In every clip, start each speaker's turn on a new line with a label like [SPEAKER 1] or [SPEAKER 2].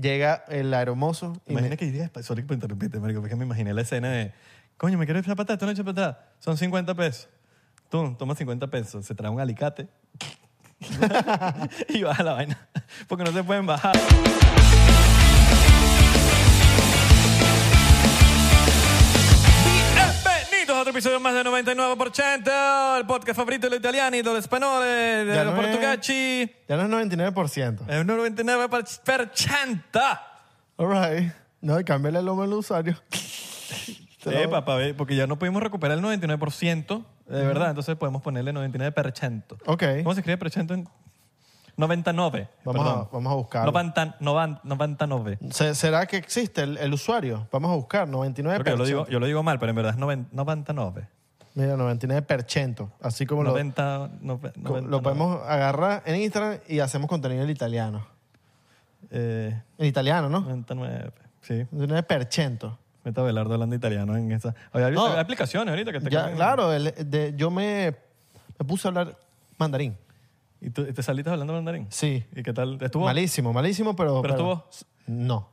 [SPEAKER 1] Llega el aeromozo. y me-
[SPEAKER 2] Imagina que iría para sorry por interrumpirte, marico, porque me imaginé la escena de, coño, me quiero echar para atrás, tú no echas para atrás, son 50 pesos. Tú, toma 50 pesos, se trae un alicate y baja la vaina, porque no se pueden bajar. Bienvenidos a otro episodio más de 99%, el podcast favorito de los italianos, de los españoles, de
[SPEAKER 1] Ya
[SPEAKER 2] los
[SPEAKER 1] no es-
[SPEAKER 2] portugueses.
[SPEAKER 1] Ya no es 99%.
[SPEAKER 2] Es un 99%.
[SPEAKER 1] All right. No, y cámbiale el lomo al usuario.
[SPEAKER 2] Eh, papá, ve, porque ya no pudimos recuperar el 99%, de verdad, entonces podemos ponerle 99%.
[SPEAKER 1] Ok.
[SPEAKER 2] ¿Cómo se escribe percento en 99?
[SPEAKER 1] Vamos a-
[SPEAKER 2] perdón.
[SPEAKER 1] vamos a buscarlo.
[SPEAKER 2] 90, 90, 99.
[SPEAKER 1] Se- ¿Será que existe el, el usuario? Vamos a buscar 99%.
[SPEAKER 2] Creo que yo lo, digo, yo lo digo mal, pero en verdad es 90, 99.
[SPEAKER 1] Mira, 99%. Así como lo,
[SPEAKER 2] 90, nove-
[SPEAKER 1] co-
[SPEAKER 2] 99.
[SPEAKER 1] lo podemos agarrar en Instagram y hacemos contenido en italiano.
[SPEAKER 2] Eh,
[SPEAKER 1] En italiano, ¿no?
[SPEAKER 2] 99, sí.
[SPEAKER 1] 99%.
[SPEAKER 2] Meta Belardo hablando italiano en esa. Oye, hay,
[SPEAKER 1] No.
[SPEAKER 2] hay aplicaciones ahorita que te
[SPEAKER 1] Ya,
[SPEAKER 2] cambian-
[SPEAKER 1] claro, el- de- yo me, me puse a hablar mandarín.
[SPEAKER 2] ¿Y, tú- y te saliste hablando mandarín?
[SPEAKER 1] Sí.
[SPEAKER 2] ¿Y qué tal? ¿Estuvo?
[SPEAKER 1] Malísimo, malísimo, pero...
[SPEAKER 2] ¿Pero estuvo?
[SPEAKER 1] No.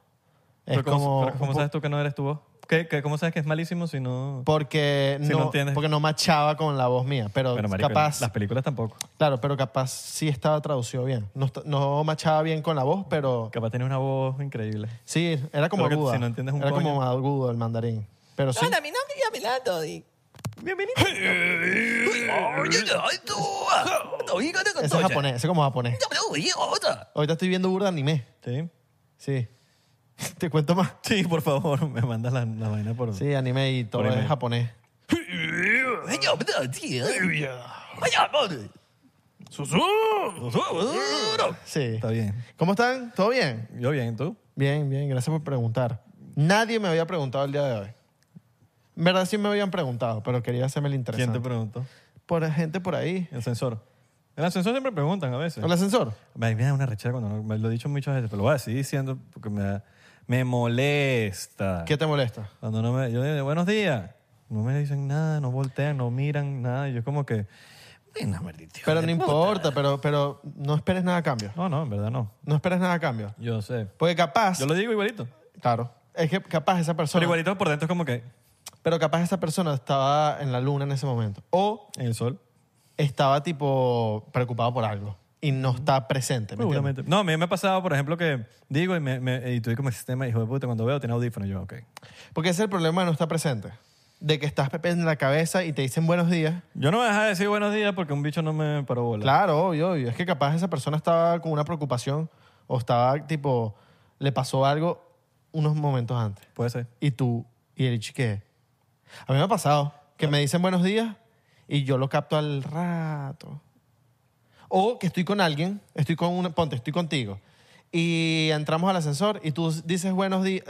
[SPEAKER 1] Es
[SPEAKER 2] Pero
[SPEAKER 1] como...
[SPEAKER 2] ¿cómo, pero ¿Cómo sabes tú que no eres tu voz? ¿Qué, qué, cómo sabes que es malísimo si no...?
[SPEAKER 1] Porque,
[SPEAKER 2] Si no
[SPEAKER 1] no,
[SPEAKER 2] entiendes.
[SPEAKER 1] porque no machaba con la voz mía, pero
[SPEAKER 2] Bueno, marico,
[SPEAKER 1] capaz...
[SPEAKER 2] las películas tampoco.
[SPEAKER 1] Claro, pero capaz sí estaba traducido bien. No, est- no machaba bien con la voz, pero...
[SPEAKER 2] Capaz tienes una voz increíble.
[SPEAKER 1] Sí, era como
[SPEAKER 2] Creo que
[SPEAKER 1] aguda.
[SPEAKER 2] si no entiendes un
[SPEAKER 1] era como
[SPEAKER 2] coño.
[SPEAKER 1] agudo el mandarín. Pero sí,
[SPEAKER 3] mi nombre es Abelardo.
[SPEAKER 2] Bienvenido. ah.
[SPEAKER 1] ese es japonés, ese es como japonés. Ahorita estoy viendo burda anime.
[SPEAKER 2] Sí.
[SPEAKER 1] Sí. Te cuento más.
[SPEAKER 2] Sí, por favor, me mandas la, la vaina por...
[SPEAKER 1] Sí, anime y todo
[SPEAKER 2] Por
[SPEAKER 1] es
[SPEAKER 2] email.
[SPEAKER 1] japonés.
[SPEAKER 2] ¿eh?
[SPEAKER 1] Sí.
[SPEAKER 2] Está bien.
[SPEAKER 1] ¿Cómo están? ¿Todo bien?
[SPEAKER 2] Yo bien, ¿tú?
[SPEAKER 1] Bien, bien, gracias por preguntar. Nadie me había preguntado el día de hoy. En verdad sí me habían preguntado, pero quería hacerme el
[SPEAKER 2] ¿Quién
[SPEAKER 1] interesante.
[SPEAKER 2] te preguntó?
[SPEAKER 1] por gente por ahí.
[SPEAKER 2] El ascensor. En el ascensor siempre preguntan a veces.
[SPEAKER 1] ¿El ascensor?
[SPEAKER 2] Me, me da una rechera cuando no- me lo he dicho muchas veces, pero lo voy a seguir diciendo porque me, da- me molesta.
[SPEAKER 1] ¿Qué te molesta?
[SPEAKER 2] Cuando no me, yo digo, buenos días. No me dicen nada, no voltean, no miran, nada. Yo como que, bueno, maldito.
[SPEAKER 1] Pero no importa, pero, pero no esperes nada a cambio.
[SPEAKER 2] No, no, en verdad no.
[SPEAKER 1] No esperes nada a cambio.
[SPEAKER 2] Yo sé.
[SPEAKER 1] Porque capaz...
[SPEAKER 2] Yo lo digo igualito.
[SPEAKER 1] Claro. Es que capaz esa
[SPEAKER 2] Pero
[SPEAKER 1] persona...
[SPEAKER 2] igualito por dentro es como que,
[SPEAKER 1] Pero capaz esa persona estaba en la luna en ese momento. O
[SPEAKER 2] En el sol.
[SPEAKER 1] estaba tipo preocupado por algo y no está presente. ¿me entiendes?
[SPEAKER 2] Seguramente. No, a mí me ha pasado, por ejemplo, que digo y, me, me- y tú dices como sistema, hijo de puta, cuando veo tiene audífono, yo, ok.
[SPEAKER 1] Porque ese es el problema de no estar presente. De que estás pepe en la cabeza y te dicen buenos días.
[SPEAKER 2] Yo no voy a dejar de decir buenos días porque un bicho no me paró bola.
[SPEAKER 1] Claro, obvio, obvio. Es que capaz esa persona estaba con una preocupación o estaba tipo, le pasó algo unos momentos antes.
[SPEAKER 2] Puede ser.
[SPEAKER 1] Y tú, y el chique. A mí me ha pasado que me dicen buenos días y yo lo capto al rato. O que estoy con alguien, estoy con una, ponte, estoy contigo. Y entramos al ascensor y tú dices buenos días,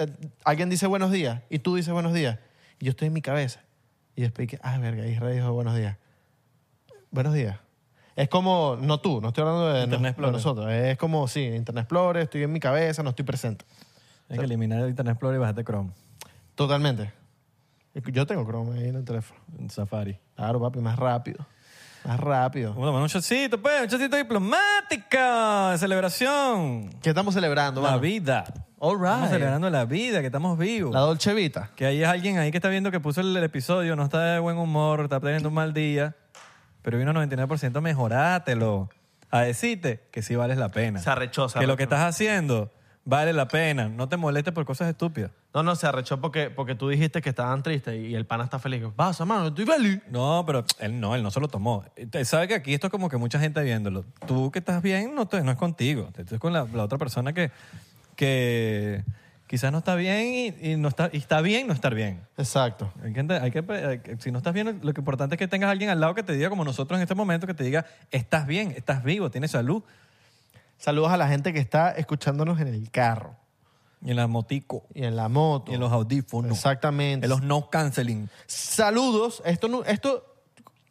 [SPEAKER 1] alguien dice buenos días y tú dices buenos días. Y yo estoy en mi cabeza. Y después que, ah, verga, Israel dijo buenos días. Buenos días. Es como, no tú, no estoy hablando de,
[SPEAKER 2] Internet
[SPEAKER 1] de
[SPEAKER 2] Explorer.
[SPEAKER 1] nosotros. Es como, sí, Internet Explorer, estoy en mi cabeza, no estoy presente.
[SPEAKER 2] Hay que eliminar el Internet Explorer y bajarte Chrome.
[SPEAKER 1] Totalmente. Yo tengo Chrome ahí en el teléfono.
[SPEAKER 2] Safari.
[SPEAKER 1] Claro, papi, más rápido. Más rápido.
[SPEAKER 2] Vamos a tomar un shotcito, pues, un shotcito diplomático de celebración.
[SPEAKER 1] ¿Qué estamos celebrando,
[SPEAKER 2] La
[SPEAKER 1] mano?
[SPEAKER 2] vida.
[SPEAKER 1] All right.
[SPEAKER 2] Estamos celebrando la vida, que estamos vivos.
[SPEAKER 1] La Dolce Vita.
[SPEAKER 2] Que ahí es alguien ahí que está viendo que puso el, el episodio, no está de buen humor, está teniendo un mal día, pero vino 99% a mejorártelo, a decirte que sí vales la pena.
[SPEAKER 1] Se arrechó, se
[SPEAKER 2] Que lo
[SPEAKER 1] arrechó.
[SPEAKER 2] que estás haciendo vale la pena. No te molestes por cosas estúpidas.
[SPEAKER 1] No, no, se arrechó porque, porque tú dijiste que estaban tristes y el pana está feliz. Vas, hermano, estoy feliz.
[SPEAKER 2] No, pero él no, él no se lo tomó. Él Sabe que aquí esto es como que mucha gente viéndolo. Tú que estás bien, no, te- no es contigo. Esto es con la, la otra persona que, que quizás no está bien y, y no está, y está bien no estar bien.
[SPEAKER 1] Exacto.
[SPEAKER 2] Hay que, ente- hay que pe- hay que- si no estás bien, lo que importante es que tengas a alguien al lado que te diga, como nosotros en este momento, que te diga, estás bien, estás vivo, tienes salud.
[SPEAKER 1] Saludos a la gente que está escuchándonos en el carro
[SPEAKER 2] Y en la motico,
[SPEAKER 1] y en la moto.
[SPEAKER 2] y en los audífonos,
[SPEAKER 1] Exactamente.
[SPEAKER 2] en los no canceling.
[SPEAKER 1] Saludos. Esto no, esto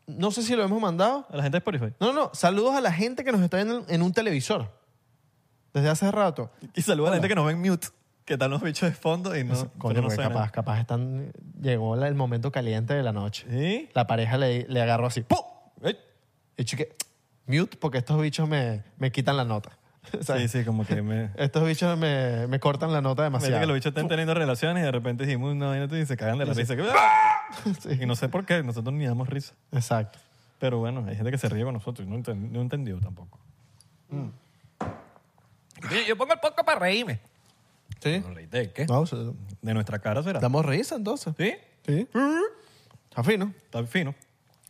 [SPEAKER 1] no sé si lo hemos mandado.
[SPEAKER 2] A la gente de Spotify.
[SPEAKER 1] No, no, no. Saludos a la gente que nos está viendo en un televisor. Desde hace rato.
[SPEAKER 2] Y saluda a la gente que nos ve en mute, que están los bichos de fondo y no,
[SPEAKER 1] Coño,
[SPEAKER 2] pero no
[SPEAKER 1] porque
[SPEAKER 2] suena.
[SPEAKER 1] capaz, capaz están, llegó la- el momento caliente de la noche.
[SPEAKER 2] ¿Sí?
[SPEAKER 1] La pareja le, le agarró así. ¡pum!
[SPEAKER 2] ¡Pum! ¡Ey!
[SPEAKER 1] Y chique, mute porque estos bichos me, me quitan la nota. O sea,
[SPEAKER 2] Sí, sí, como que me...
[SPEAKER 1] Estos bichos me, me cortan la nota
[SPEAKER 2] me dice
[SPEAKER 1] demasiado.
[SPEAKER 2] que los bichos estén teniendo relaciones y de repente dijimos una vaina tú y se cagan de la risa.
[SPEAKER 1] Sí,
[SPEAKER 2] Y no sé por qué, nosotros ni damos risa.
[SPEAKER 1] Exacto.
[SPEAKER 2] Pero bueno, hay gente que se ríe con nosotros y no, enten- no entendió tampoco. Mm. Yo, pongo el poco para reírme.
[SPEAKER 1] ¿Sí?
[SPEAKER 2] ¿De qué?
[SPEAKER 1] No, se-
[SPEAKER 2] De nuestra cara será.
[SPEAKER 1] eh, damos risa entonces.
[SPEAKER 2] ¿Sí?
[SPEAKER 1] Sí. Está fino.
[SPEAKER 2] Está fino.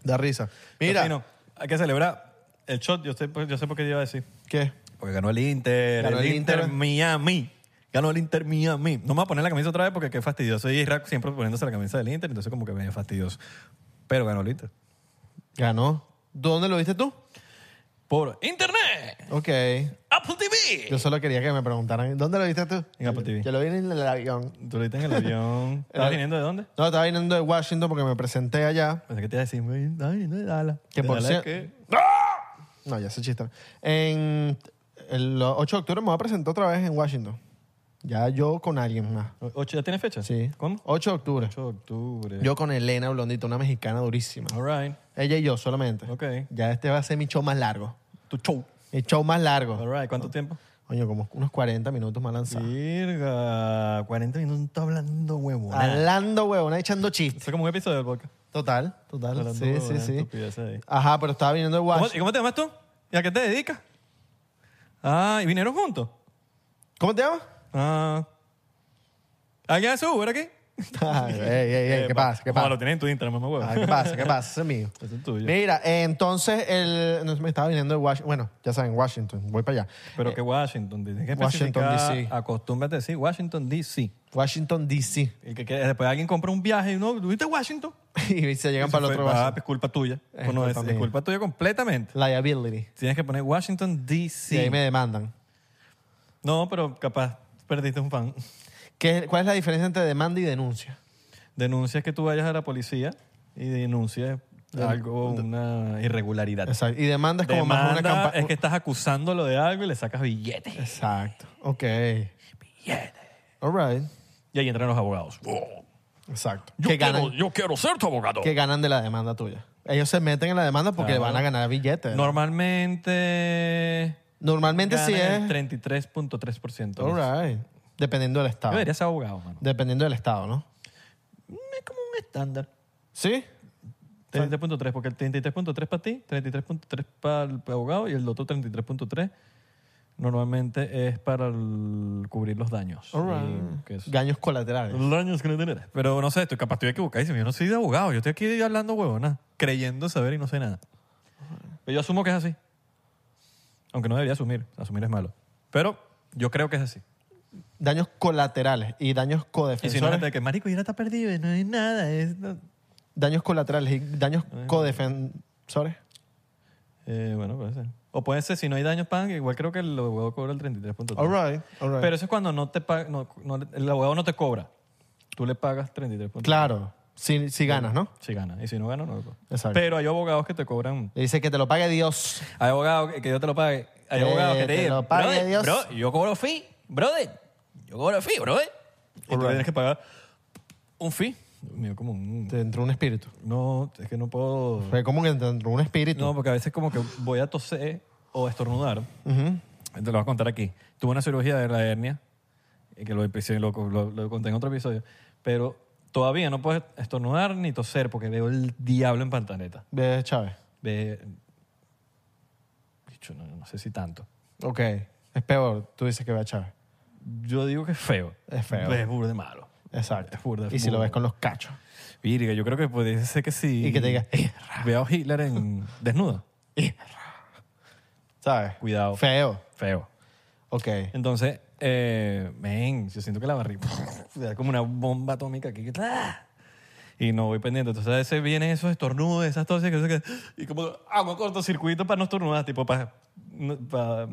[SPEAKER 1] Da risa.
[SPEAKER 2] Está
[SPEAKER 1] Mira.
[SPEAKER 2] fino. Hay que celebrar el shot. Yo sé, pues, yo sé por qué yo iba a decir.
[SPEAKER 1] ¿Qué?
[SPEAKER 2] Porque ganó el Inter.
[SPEAKER 1] Ganó
[SPEAKER 2] el,
[SPEAKER 1] el
[SPEAKER 2] Inter,
[SPEAKER 1] Inter.
[SPEAKER 2] Miami. Ganó el Inter Miami. No me voy a poner la camisa otra vez porque qué fastidioso. Y Israel siempre poniéndose la camisa del Inter, entonces como que medio fastidioso. Pero ganó el Inter.
[SPEAKER 1] Ganó. ¿Dónde lo viste tú?
[SPEAKER 2] Por Internet.
[SPEAKER 1] Ok.
[SPEAKER 2] Apple TV.
[SPEAKER 1] Yo solo quería que me preguntaran, ¿dónde lo viste tú?
[SPEAKER 2] En Apple TV.
[SPEAKER 1] Yo lo vi en el avión.
[SPEAKER 2] Tú lo viste en el avión. ¿Estabas viniendo de dónde?
[SPEAKER 1] No, estaba viniendo de Washington porque me presenté allá.
[SPEAKER 2] Pensé que te iba a decir, "Ay, ay, no, de Dallas.
[SPEAKER 1] Que
[SPEAKER 2] ¿De
[SPEAKER 1] por
[SPEAKER 2] Dallas
[SPEAKER 1] cier-
[SPEAKER 2] qué?
[SPEAKER 1] No, ya se chiste. En el 8 de octubre me voy a presentar otra vez en Washington. Ya yo con alguien más.
[SPEAKER 2] Ocho, ¿Ya tiene fecha?
[SPEAKER 1] Sí.
[SPEAKER 2] ¿Cómo?
[SPEAKER 1] 8 de octubre.
[SPEAKER 2] 8 de octubre.
[SPEAKER 1] Yo con Elena Blondito, una mexicana durísima.
[SPEAKER 2] All right.
[SPEAKER 1] Ella y yo solamente.
[SPEAKER 2] Ok.
[SPEAKER 1] Ya este va a ser mi show más largo.
[SPEAKER 2] Tu show.
[SPEAKER 1] El show más largo.
[SPEAKER 2] All right.
[SPEAKER 1] Ah.
[SPEAKER 2] ¿Cuánto tiempo?
[SPEAKER 1] Coño, como unos 40 minutos más lanzado.
[SPEAKER 2] Virga. 40 minutos está hablando huevo.
[SPEAKER 1] Hablando, huevona, echando chistes.
[SPEAKER 2] Eso es como un episodio del podcast.
[SPEAKER 1] Total, total.
[SPEAKER 2] Hablando
[SPEAKER 1] sí, sí,
[SPEAKER 2] huevona,
[SPEAKER 1] sí.
[SPEAKER 2] estupidez ahí.
[SPEAKER 1] Ajá, pero estaba viniendo de
[SPEAKER 2] ¿Cómo,
[SPEAKER 1] Washington.
[SPEAKER 2] ¿Y cómo te llamas tú? ¿Y a qué te dedicas? Ah, ¿y vinieron juntos?
[SPEAKER 1] ¿Cómo te llamas?
[SPEAKER 2] Ah. ¿Alguien hace Uber aquí?
[SPEAKER 1] Ay, ey, ey, ey, ¿qué
[SPEAKER 2] Epa.
[SPEAKER 1] pasa? ¿Qué
[SPEAKER 2] Joder,
[SPEAKER 1] pasa?
[SPEAKER 2] lo tienes en tu Instagram, mamá huevo.
[SPEAKER 1] Ah, ¿Qué pasa? ¿Qué pasa? Ese es mío.
[SPEAKER 2] Eso es tuyo.
[SPEAKER 1] Mira, eh, entonces el, no, me estaba viniendo de Washington. Bueno, ya saben, Washington. Voy para allá.
[SPEAKER 2] Pero que Washington, tienes que
[SPEAKER 1] Washington,
[SPEAKER 2] especificar,
[SPEAKER 1] D.C..
[SPEAKER 2] Acostúmbrate a decir Washington, D.C.
[SPEAKER 1] Washington, D.C.
[SPEAKER 2] Y que, que después alguien compra un viaje y uno, ¿viste Washington?
[SPEAKER 1] y se llegan
[SPEAKER 2] Eso
[SPEAKER 1] para el
[SPEAKER 2] fue-
[SPEAKER 1] otro
[SPEAKER 2] ah,
[SPEAKER 1] Washington.
[SPEAKER 2] es culpa tuya.
[SPEAKER 1] Es
[SPEAKER 2] Pues no,
[SPEAKER 1] culpa
[SPEAKER 2] es, es
[SPEAKER 1] mía.
[SPEAKER 2] culpa tuya completamente.
[SPEAKER 1] Liability.
[SPEAKER 2] Tienes que poner Washington, D.C.
[SPEAKER 1] Y ahí me demandan.
[SPEAKER 2] No, pero capaz perdiste un fan.
[SPEAKER 1] ¿Qué, ¿Cuál es la diferencia entre demanda y denuncia?
[SPEAKER 2] Denuncias que tú vayas a la policía y denuncias algo, una irregularidad.
[SPEAKER 1] Exacto. Y demanda es como más una
[SPEAKER 2] Demanda
[SPEAKER 1] campaña.
[SPEAKER 2] es que estás acusándolo de algo y le sacas billetes.
[SPEAKER 1] Exacto. Ok. All right.
[SPEAKER 2] Y ahí entran los abogados. Oh,
[SPEAKER 1] Exacto.
[SPEAKER 2] yo,
[SPEAKER 1] que,
[SPEAKER 2] quiero,
[SPEAKER 1] ganan,
[SPEAKER 2] yo quiero ser tu abogado.
[SPEAKER 1] que ganan de la demanda tuya. Ellos se meten en la demanda porque
[SPEAKER 2] Claro.
[SPEAKER 1] le van a ganar billetes.
[SPEAKER 2] Normalmente...
[SPEAKER 1] Normalmente sí
[SPEAKER 2] gana
[SPEAKER 1] es.
[SPEAKER 2] el 33.3%.
[SPEAKER 1] All right. Dependiendo del
[SPEAKER 2] Yo
[SPEAKER 1] estado.
[SPEAKER 2] debería ser abogado, mano.
[SPEAKER 1] Dependiendo del estado, ¿no?
[SPEAKER 2] Es como un estándar.
[SPEAKER 1] ¿Sí?
[SPEAKER 2] 33.3, porque el 33.3 para ti, 33.3 para el abogado y el otro 33.3 normalmente es para el- cubrir los daños.
[SPEAKER 1] All
[SPEAKER 2] Y
[SPEAKER 1] right.
[SPEAKER 2] que es-
[SPEAKER 1] Gaños colaterales.
[SPEAKER 2] los daños que le tenés. Pero no sé, estoy capaz estoy equivocadísimo. Yo no soy de abogado, yo estoy aquí hablando huevona, creyendo saber y no sé nada. Pero yo asumo que es así. Aunque no debería asumir, asumir es malo. Pero yo creo que es así.
[SPEAKER 1] Daños colaterales y daños
[SPEAKER 2] Y si no,
[SPEAKER 1] codefensores.
[SPEAKER 2] gente que marico, ya está perdido y no hay nada. es- no".
[SPEAKER 1] Daños colaterales y daños codefensores.
[SPEAKER 2] Eh, bueno, puede ser. O puede ser, si no hay daños, pan, igual creo que el abogado cobra el 33.3.
[SPEAKER 1] All right, all right.
[SPEAKER 2] Pero eso es cuando no te paga- no- no- el abogado no te cobra. Tú le pagas 33.3.
[SPEAKER 1] claro, si, si ganas, ¿no?
[SPEAKER 2] Si gana. Y si no gana, no lo cobra.
[SPEAKER 1] Exacto.
[SPEAKER 2] Pero hay abogados que te cobran
[SPEAKER 1] Le dice que te lo pague Dios.
[SPEAKER 2] Hay abogados que, que yo te lo pague. Hay
[SPEAKER 1] Que
[SPEAKER 2] abogados que
[SPEAKER 1] te
[SPEAKER 2] te digan,
[SPEAKER 1] lo pague
[SPEAKER 2] "Brother,
[SPEAKER 1] Dios".
[SPEAKER 2] bro, yo cobro fee, brother. Yo cobro fee, brother. Y tú
[SPEAKER 1] Alright.
[SPEAKER 2] tienes que pagar un fee. Dios mío, como un...
[SPEAKER 1] Te entró un espíritu.
[SPEAKER 2] No, es que no puedo...
[SPEAKER 1] Fue como que te entró un espíritu.
[SPEAKER 2] No, porque a veces como que voy a toser o a estornudar. Te lo voy a contar aquí. Tuve una cirugía de la hernia, eh, que lo, empecé- lo, lo- lo conté en otro episodio, pero todavía no puedo estornudar ni toser porque veo el diablo en pantaleta.
[SPEAKER 1] De Chávez.
[SPEAKER 2] Ve... Dicho, no- no sé si tanto.
[SPEAKER 1] Ok, es peor. Tú dices que ve a Chávez.
[SPEAKER 2] Yo digo que es feo.
[SPEAKER 1] Es feo.
[SPEAKER 2] Pero Es burda de malo.
[SPEAKER 1] Exacto.
[SPEAKER 2] Es burda, es
[SPEAKER 1] y si lo
[SPEAKER 2] burda.
[SPEAKER 1] ves con los cachos.
[SPEAKER 2] Virga, yo creo que puede ser que sí.
[SPEAKER 1] Y que te diga,
[SPEAKER 2] Veo a Hitler en desnudo.
[SPEAKER 1] ¿Sabes?
[SPEAKER 2] Cuidado.
[SPEAKER 1] Feo.
[SPEAKER 2] Feo.
[SPEAKER 1] Ok.
[SPEAKER 2] Entonces, eh, men, yo siento que la barriga me da como una bomba atómica aquí. ¡Ah! Y no voy pendiente. Entonces, a veces vienen esos estornudos, esas toses, que, que- y como ah, hago cortocircuito para no estornudar, tipo para, para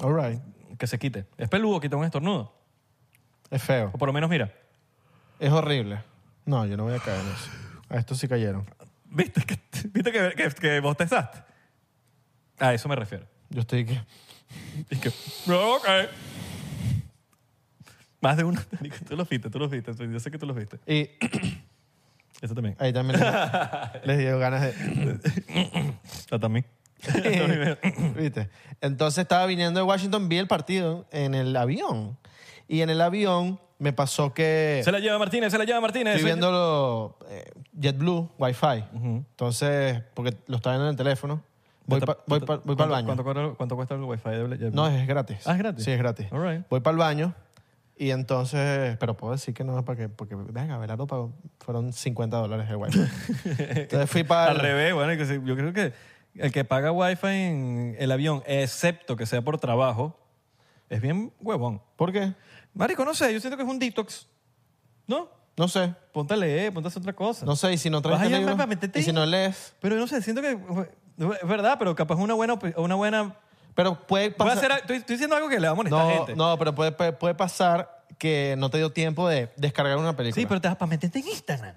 [SPEAKER 1] All right.
[SPEAKER 2] que se quite. Es peludo quitar un estornudo.
[SPEAKER 1] Es feo.
[SPEAKER 2] O por lo menos, mira,
[SPEAKER 1] Es horrible. No, yo no voy a caer en eso. A estos sí cayeron.
[SPEAKER 2] ¿Viste que, viste que, que, que bostezaste? A eso me refiero.
[SPEAKER 1] Yo estoy que...
[SPEAKER 2] Y que, "No, ok". Más de uno. marico, Tú lo viste, tú lo viste. Yo sé que tú lo viste.
[SPEAKER 1] Y
[SPEAKER 2] Eso también.
[SPEAKER 1] ahí también les, les dio ganas de...
[SPEAKER 2] Eso también.
[SPEAKER 1] ¿Viste? Entonces estaba viniendo de Washington, vi el partido en el avión. Y en el avión me pasó que...
[SPEAKER 2] se la lleva Martínez, se la lleva Martínez.
[SPEAKER 1] Estoy viendo lo, eh, JetBlue, Wi-Fi. Entonces, porque lo estaba viendo en el teléfono. Voy, pa- voy pa- voy para el baño.
[SPEAKER 2] ¿Cuánto, cuesta- cuánto cuesta el wifi? De Black Jack?
[SPEAKER 1] No, es gratis.
[SPEAKER 2] Ah, es gratis.
[SPEAKER 1] Sí, es gratis.
[SPEAKER 2] All right.
[SPEAKER 1] Voy para el baño y entonces, pero puedo decir que no es para que, porque, venga, Belardo pagó, fueron 50 dólares el wifi. entonces fui para...
[SPEAKER 2] Al revés, bueno, que se- yo creo que el que paga wifi en el avión, excepto que sea por trabajo, es bien huevón.
[SPEAKER 1] ¿Por qué?
[SPEAKER 2] Marico, no sé, yo siento que es un detox. ¿No?
[SPEAKER 1] No sé.
[SPEAKER 2] Ponte a leer, ponte a hacer otra cosa.
[SPEAKER 1] No sé, y si no traes
[SPEAKER 2] Vas allá
[SPEAKER 1] el libro,
[SPEAKER 2] para
[SPEAKER 1] y
[SPEAKER 2] meterte ahí.
[SPEAKER 1] si no lees...
[SPEAKER 2] Pero no sé, siento que es verdad, pero capaz una buena opi- una buena
[SPEAKER 1] Pero puede
[SPEAKER 2] voy a
[SPEAKER 1] pasar...
[SPEAKER 2] hacer, estoy, estoy diciendo algo que le va a molestar a
[SPEAKER 1] no,
[SPEAKER 2] gente.
[SPEAKER 1] no, pero puede, puede- puede pasar que no te dio tiempo de descargar una película.
[SPEAKER 2] sí, pero te vas para meterte en Instagram.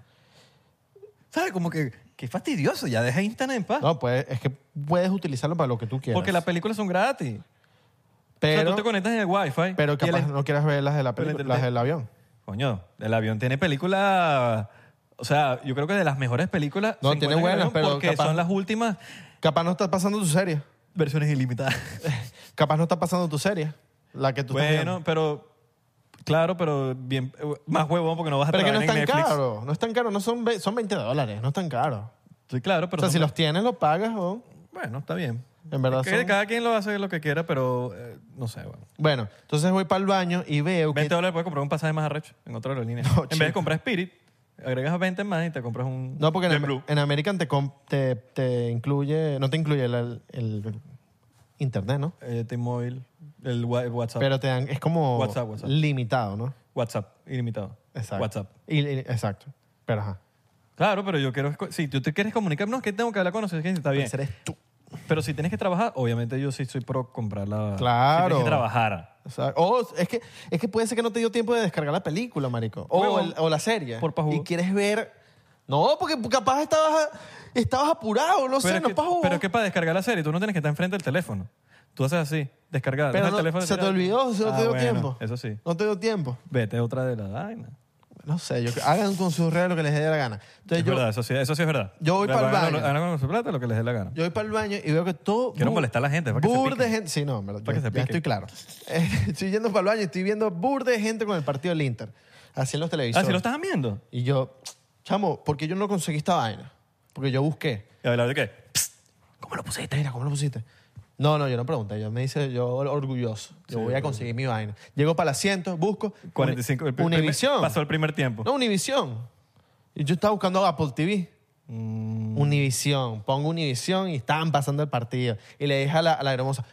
[SPEAKER 2] ¿Sabes? Como que qué fastidioso, ya deja Instagram en paz.
[SPEAKER 1] No, pues es que puedes utilizarlo para lo que tú quieras.
[SPEAKER 2] porque las películas son gratis. o sea,
[SPEAKER 1] pero,
[SPEAKER 2] tú te conectas en el Wi-Fi.
[SPEAKER 1] pero
[SPEAKER 2] y
[SPEAKER 1] capaz
[SPEAKER 2] el-
[SPEAKER 1] no quieras ver las de la
[SPEAKER 2] Pero el
[SPEAKER 1] película, las
[SPEAKER 2] internet-
[SPEAKER 1] del avión.
[SPEAKER 2] Coño, el avión tiene películas o sea, yo creo que de las mejores películas
[SPEAKER 1] No,
[SPEAKER 2] se
[SPEAKER 1] tiene
[SPEAKER 2] encuentran en el
[SPEAKER 1] buenas,
[SPEAKER 2] avión
[SPEAKER 1] pero
[SPEAKER 2] porque
[SPEAKER 1] capaz-
[SPEAKER 2] son las últimas
[SPEAKER 1] Capaz no estás pasando tu serie.
[SPEAKER 2] versiones ilimitadas.
[SPEAKER 1] Capaz no estás pasando tu serie. La que tú estás
[SPEAKER 2] bueno,
[SPEAKER 1] viendo.
[SPEAKER 2] pero claro, pero bien más huevón porque no vas a
[SPEAKER 1] Pero es que no
[SPEAKER 2] trabajar
[SPEAKER 1] es tan
[SPEAKER 2] en Netflix.
[SPEAKER 1] caro. No es tan caro. No son, ve- son 20 dólares. No es tan caro.
[SPEAKER 2] Estoy claro, pero
[SPEAKER 1] o sea, si
[SPEAKER 2] son-
[SPEAKER 1] los tienes, los pagas. ¿no?
[SPEAKER 2] Bueno, está bien.
[SPEAKER 1] En verdad
[SPEAKER 2] Que
[SPEAKER 1] son-
[SPEAKER 2] Cada quien lo hace lo que quiera, pero eh, no sé. Bueno.
[SPEAKER 1] Bueno, entonces voy para el baño y veo
[SPEAKER 2] 20
[SPEAKER 1] que...
[SPEAKER 2] dólares puedes comprar un pasaje más arrecho en otra aerolínea.
[SPEAKER 1] No,
[SPEAKER 2] en
[SPEAKER 1] chico.
[SPEAKER 2] vez de comprar Spirit, agregas 20 más y te compras un.
[SPEAKER 1] No, porque en,
[SPEAKER 2] JetBlue.
[SPEAKER 1] Am- en American te, com- te, te incluye... No te incluye el, el- el internet, ¿no?
[SPEAKER 2] Eh, T-Mobile, el wa- el WhatsApp.
[SPEAKER 1] Pero te dan... Es como
[SPEAKER 2] WhatsApp, WhatsApp.
[SPEAKER 1] limitado, ¿no?
[SPEAKER 2] WhatsApp, ilimitado.
[SPEAKER 1] Exacto.
[SPEAKER 2] WhatsApp.
[SPEAKER 1] Y- y- exacto. Pero ajá.
[SPEAKER 2] Claro, pero yo quiero. Si tú te quieres comunicar, no, es que tengo que hablar con nosotros, está bien.
[SPEAKER 1] Ese eres tú.
[SPEAKER 2] Pero si tienes que trabajar, obviamente yo sí soy pro comprar la.
[SPEAKER 1] Claro.
[SPEAKER 2] Si tienes que trabajar.
[SPEAKER 1] O, sea, o es, que, es que puede ser que no te dio tiempo de descargar la película, marico. O,
[SPEAKER 2] Huevo.
[SPEAKER 1] el- o la serie.
[SPEAKER 2] Por pajugo.
[SPEAKER 1] Y quieres ver... No, porque capaz estabas, estabas apurado, no sé,
[SPEAKER 2] pero,
[SPEAKER 1] no
[SPEAKER 2] es
[SPEAKER 1] es
[SPEAKER 2] que,
[SPEAKER 1] pajugo.
[SPEAKER 2] pero es que para descargar la serie, tú no tienes que estar enfrente del teléfono. Tú haces así, descargar.
[SPEAKER 1] Pero
[SPEAKER 2] deja el
[SPEAKER 1] no-
[SPEAKER 2] teléfono
[SPEAKER 1] se te
[SPEAKER 2] detrás.
[SPEAKER 1] olvidó, se no
[SPEAKER 2] Ah,
[SPEAKER 1] te dio
[SPEAKER 2] bueno,
[SPEAKER 1] tiempo.
[SPEAKER 2] Eso sí.
[SPEAKER 1] No te dio tiempo.
[SPEAKER 2] Vete otra de la vaina.
[SPEAKER 1] No sé, yo, hagan con sus redes lo que les dé la gana. Entonces
[SPEAKER 2] Es
[SPEAKER 1] yo,
[SPEAKER 2] verdad, eso sí, eso sí es verdad.
[SPEAKER 1] yo voy
[SPEAKER 2] Pero
[SPEAKER 1] pa'l
[SPEAKER 2] hagan-
[SPEAKER 1] baño.
[SPEAKER 2] Hagan con su plata lo que les dé la gana.
[SPEAKER 1] yo voy para el baño y veo que todo...
[SPEAKER 2] Quiero
[SPEAKER 1] bur-
[SPEAKER 2] molestar a la gente, para que se
[SPEAKER 1] bur de
[SPEAKER 2] piquen.
[SPEAKER 1] gente... Sí, no, me lo,
[SPEAKER 2] Para que
[SPEAKER 1] ya,
[SPEAKER 2] se
[SPEAKER 1] ya estoy
[SPEAKER 2] piquen.
[SPEAKER 1] claro. Eh, estoy yendo para el baño y estoy viendo bur de gente con el partido del Inter. Así en los
[SPEAKER 2] Ah,
[SPEAKER 1] televisores.
[SPEAKER 2] ¿sí lo estás viendo?
[SPEAKER 1] Y yo, chamo, ¿por qué yo no conseguí esta vaina? Porque yo busqué.
[SPEAKER 2] Y hablar de qué. Psst,
[SPEAKER 1] ¿Cómo lo pusiste? Mira, ¿cómo lo pusiste? No, no, yo no pregunté. Yo me dice, yo orgulloso. Yo voy a conseguir mi vaina. Llego para el asiento, busco.
[SPEAKER 2] 45. el
[SPEAKER 1] Uni-
[SPEAKER 2] primer-
[SPEAKER 1] Univisión.
[SPEAKER 2] Pasó el primer tiempo.
[SPEAKER 1] No, Univisión. Y yo estaba buscando Apple TV.
[SPEAKER 2] Mm.
[SPEAKER 1] Univisión. Pongo Univisión y estaban pasando el partido. Y le dije a la, a la hermosa,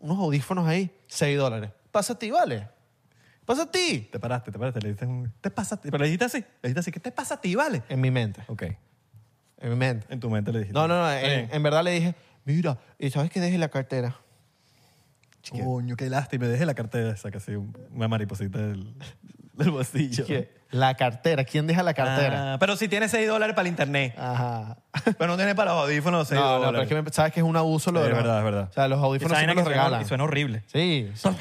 [SPEAKER 1] unos audífonos ahí, 6 dólares. Pasa a ti, vale. Pasa a ti.
[SPEAKER 2] Te paraste, te paraste. Le dijiste, un- te pasa a ti. Pero le dijiste así. Le dijiste así. ¿Qué te pasa a ti, vale?
[SPEAKER 1] En mi mente.
[SPEAKER 2] Ok.
[SPEAKER 1] En mi mente.
[SPEAKER 2] En tu mente le dijiste.
[SPEAKER 1] No, no, no.
[SPEAKER 2] Está
[SPEAKER 1] En,
[SPEAKER 2] bien.
[SPEAKER 1] en verdad le dije, mira, ¿y sabes que dejé la cartera? Oh,
[SPEAKER 2] Coño, qué lástima. Dejé la cartera esa, casi una mariposita del, del bolsillo.
[SPEAKER 1] ¿Qué? La cartera. ¿Quién deja la cartera?
[SPEAKER 2] Ah, pero si tiene 6 dólares para el internet.
[SPEAKER 1] Ajá.
[SPEAKER 2] Pero no tiene para los audífonos 6
[SPEAKER 1] No,
[SPEAKER 2] Ah. dólares.
[SPEAKER 1] no, pero es que me- sabes que es un abuso lo
[SPEAKER 2] Sí,
[SPEAKER 1] de
[SPEAKER 2] es
[SPEAKER 1] los-
[SPEAKER 2] verdad, es verdad.
[SPEAKER 1] O sea, los
[SPEAKER 2] Esa
[SPEAKER 1] audífonos
[SPEAKER 2] vaina
[SPEAKER 1] siempre
[SPEAKER 2] que
[SPEAKER 1] los
[SPEAKER 2] suena-
[SPEAKER 1] regalan.
[SPEAKER 2] Y suena horrible.
[SPEAKER 1] Sí, son,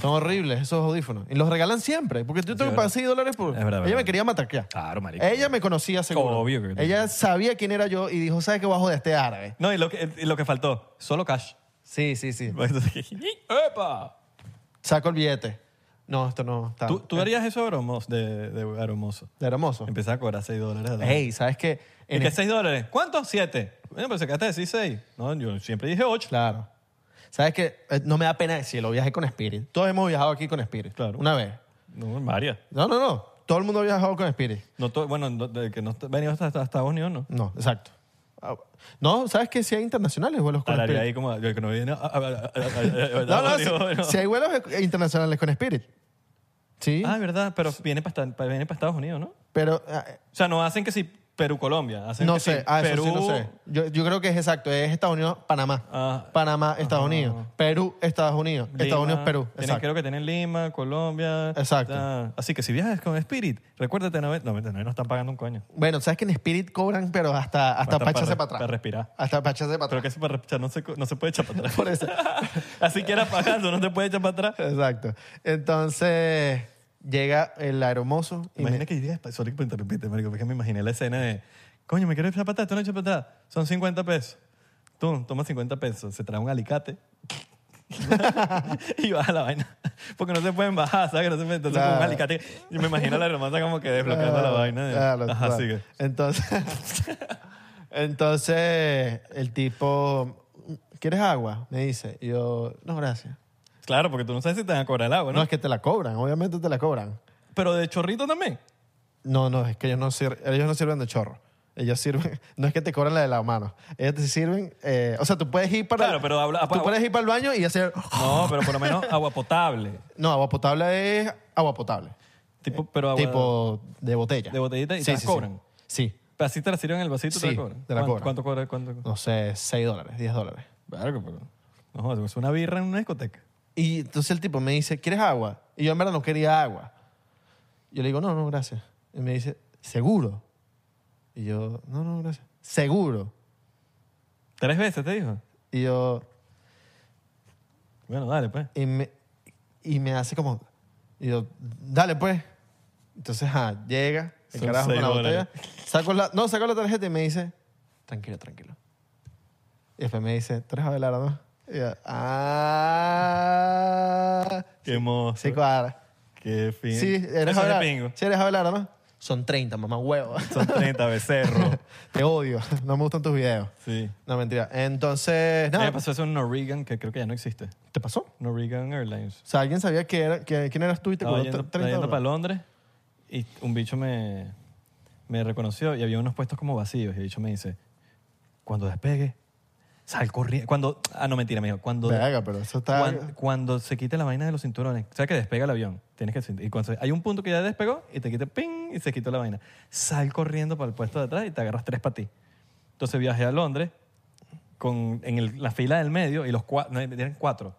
[SPEAKER 1] son horribles esos audífonos. Y los regalan siempre, porque yo tengo que pagar 6 dólares por...
[SPEAKER 2] Es verdad,
[SPEAKER 1] Ella
[SPEAKER 2] verdad.
[SPEAKER 1] me quería matraquear.
[SPEAKER 2] Claro, marico.
[SPEAKER 1] Ella me conocía seguro.
[SPEAKER 2] Obvio que-
[SPEAKER 1] Ella sabía quién era yo y dijo, ¿sabes qué bajo de este árabe?
[SPEAKER 2] No, y lo que, y lo que faltó, solo cash.
[SPEAKER 1] Sí, sí, sí.
[SPEAKER 2] Entonces, ¡Epa!
[SPEAKER 1] Saco el billete. No, esto no está...
[SPEAKER 2] ¿Tú, tú harías eso de hermoso? De, de hermoso.
[SPEAKER 1] De hermoso.
[SPEAKER 2] Empezar a cobrar 6 dólares. al día.
[SPEAKER 1] Ey, ¿sabes qué?
[SPEAKER 2] ¿Y
[SPEAKER 1] En
[SPEAKER 2] qué
[SPEAKER 1] este-
[SPEAKER 2] 6 dólares? ¿Cuánto? 7. Bueno, pero sacaste de decir 6. No, yo siempre dije 8.
[SPEAKER 1] Claro. ¿Sabes qué? Eh, No me da pena decirlo, viajé con Spirit. Todos hemos viajado aquí con Spirit.
[SPEAKER 2] Claro.
[SPEAKER 1] Una vez.
[SPEAKER 2] No, varias.
[SPEAKER 1] No, no, no. Todo el mundo ha viajado con Spirit.
[SPEAKER 2] No to- bueno, no- de que no est- venido hasta, hasta Estados Unidos, no.
[SPEAKER 1] No, exacto. Ah, No, ¿sabes que Si hay internacionales vuelos con
[SPEAKER 2] Estaría
[SPEAKER 1] Spirit.
[SPEAKER 2] ahí como. Yo que no viene.
[SPEAKER 1] No, no,
[SPEAKER 2] No,
[SPEAKER 1] si, si hay vuelos e- internacionales con Spirit. Sí,
[SPEAKER 2] Ah, es verdad, pero viene para, esta- viene para Estados Unidos, ¿no?
[SPEAKER 1] pero ah,
[SPEAKER 2] O sea, no hacen que si Perú-Colombia. hacen
[SPEAKER 1] no
[SPEAKER 2] que
[SPEAKER 1] sé.
[SPEAKER 2] si
[SPEAKER 1] Ah, eso
[SPEAKER 2] Perú,
[SPEAKER 1] sí, no sé. Yo, yo creo que es exacto. Es Estados Unidos, Panamá.
[SPEAKER 2] Ah.
[SPEAKER 1] Panamá, Estados Unidos. Perú, Estados Unidos.
[SPEAKER 2] Lima.
[SPEAKER 1] Estados Unidos, Perú.
[SPEAKER 2] Tienen-
[SPEAKER 1] Exacto.
[SPEAKER 2] creo que tienen Lima, Colombia.
[SPEAKER 1] Exacto.
[SPEAKER 2] ta. Así que si viajas con Spirit, recuérdate, no, no, mentira, no, no están pagando un coño.
[SPEAKER 1] Bueno, ¿sabes que en Spirit cobran, pero hasta, hasta
[SPEAKER 2] Hasta
[SPEAKER 1] para echarse
[SPEAKER 2] para-
[SPEAKER 1] para atrás?
[SPEAKER 2] para respirar.
[SPEAKER 1] Hasta para echarse para
[SPEAKER 2] Pero
[SPEAKER 1] atrás.
[SPEAKER 2] que eso para echar no se, co- no se puede echar para atrás.
[SPEAKER 1] Por eso.
[SPEAKER 2] Así que era pagando, no te puedes echar para atrás.
[SPEAKER 1] Exacto. Entonces, llega el aeromozo. y me-
[SPEAKER 2] Imagina que irías para solo que interrumpiste, marico, porque me imaginé la escena de, coño, me quiero echar para atrás, tú no echas para atrás. Son 50 pesos. Tú, toma 50 pesos, se trae un alicate. y baja la vaina. Porque no se pueden bajar, ¿sabes? Que No se pueden. Entonces, con un
[SPEAKER 1] Claro.
[SPEAKER 2] alicate. Yo me imagino a la hermana como que desbloqueando la
[SPEAKER 1] Ah,
[SPEAKER 2] vaina. De,
[SPEAKER 1] claro,
[SPEAKER 2] Ajá,
[SPEAKER 1] claro.
[SPEAKER 2] sigue.
[SPEAKER 1] Entonces, entonces, el tipo, ¿quieres agua? Me dice. Y yo, no, gracias.
[SPEAKER 2] Claro, porque tú no sabes si te van a cobrar el agua, ¿no?
[SPEAKER 1] No, es que te la cobran, obviamente te la cobran.
[SPEAKER 2] Pero de chorrito también.
[SPEAKER 1] No, no, es que ellos no, sir- ellos no sirven de chorro. Ellos sirven, no es que te cobran la de la mano. Ellos te sirven, eh, o sea, tú puedes ir para,
[SPEAKER 2] Claro, pero habla-
[SPEAKER 1] tú puedes ir para el baño y hacer,
[SPEAKER 2] No, pero por lo menos agua potable.
[SPEAKER 1] no, agua potable es agua potable.
[SPEAKER 2] Tipo, pero agua,
[SPEAKER 1] Tipo de botella.
[SPEAKER 2] De botellita y te la cobran.
[SPEAKER 1] Sí.
[SPEAKER 2] Así te la sirven en el vasito, te
[SPEAKER 1] Sí,
[SPEAKER 2] la cobran.
[SPEAKER 1] te la
[SPEAKER 2] ¿Cuánto-
[SPEAKER 1] cobran.
[SPEAKER 2] ¿Cuánto cobra? ¿Cuánto cobra?
[SPEAKER 1] no sé, 6 dólares, 10 dólares.
[SPEAKER 2] Claro, pero. No, joder, es una birra en una discoteca.
[SPEAKER 1] Y entonces el tipo me dice, ¿quieres agua? Y yo en verdad no quería agua. Yo le digo, no, no, gracias. Y me dice, ¿seguro? Y yo, no, no, gracias. ¿Seguro?
[SPEAKER 2] Tres veces te dijo.
[SPEAKER 1] Y yo,
[SPEAKER 2] Bueno, dale, pues.
[SPEAKER 1] y me, y me hace como, y yo, dale pues. Entonces, ah, llega, el
[SPEAKER 2] Son
[SPEAKER 1] carajo con
[SPEAKER 2] seis
[SPEAKER 1] la
[SPEAKER 2] dólares.
[SPEAKER 1] botella. Saco la, no, saco la tarjeta y me dice, tranquilo, tranquilo. Y después me dice, ¿tú eres Abelardo? no?" Y yo, ah,
[SPEAKER 2] Qué hermoso.
[SPEAKER 1] sí cuadras.
[SPEAKER 2] Qué fin.
[SPEAKER 1] Sí, eres
[SPEAKER 2] Eso es de
[SPEAKER 1] Abelardo.
[SPEAKER 2] pingo.
[SPEAKER 1] Sí, eres Abelardo, ¿no? Son 30, mamá huevo.
[SPEAKER 2] Son 30 becerros.
[SPEAKER 1] Te odio. No me gustan tus videos.
[SPEAKER 2] Sí.
[SPEAKER 1] No, mentira. Entonces,
[SPEAKER 2] A mí Me
[SPEAKER 1] nada.
[SPEAKER 2] pasó eso en Norwegian, que creo que ya no existe.
[SPEAKER 1] ¿Te pasó? O
[SPEAKER 2] Norwegian Airlines.
[SPEAKER 1] sea, alguien sabía que era, que- quién eras tú y te
[SPEAKER 2] Estaba
[SPEAKER 1] cobró
[SPEAKER 2] yendo,
[SPEAKER 1] 30
[SPEAKER 2] estaba yendo para
[SPEAKER 1] dólares.
[SPEAKER 2] Londres y un bicho me, me reconoció y había unos puestos como vacíos. Y el bicho me dice, cuando despegue, sal corriendo. Cuando, ah, no, mentira, me dijo, cuando,
[SPEAKER 1] Verga, pero eso está-
[SPEAKER 2] cuan- cuando, se quite la vaina de los cinturones. O sea, que despega el avión. Tienes que, y cuando se- hay un punto que ya despegó y te quita ping y se quitó la vaina. Sal corriendo para el puesto de atrás y te agarras tres para ti. Entonces viajé a Londres con, en el- la fila del medio y los cuatro, no, eran cuatro.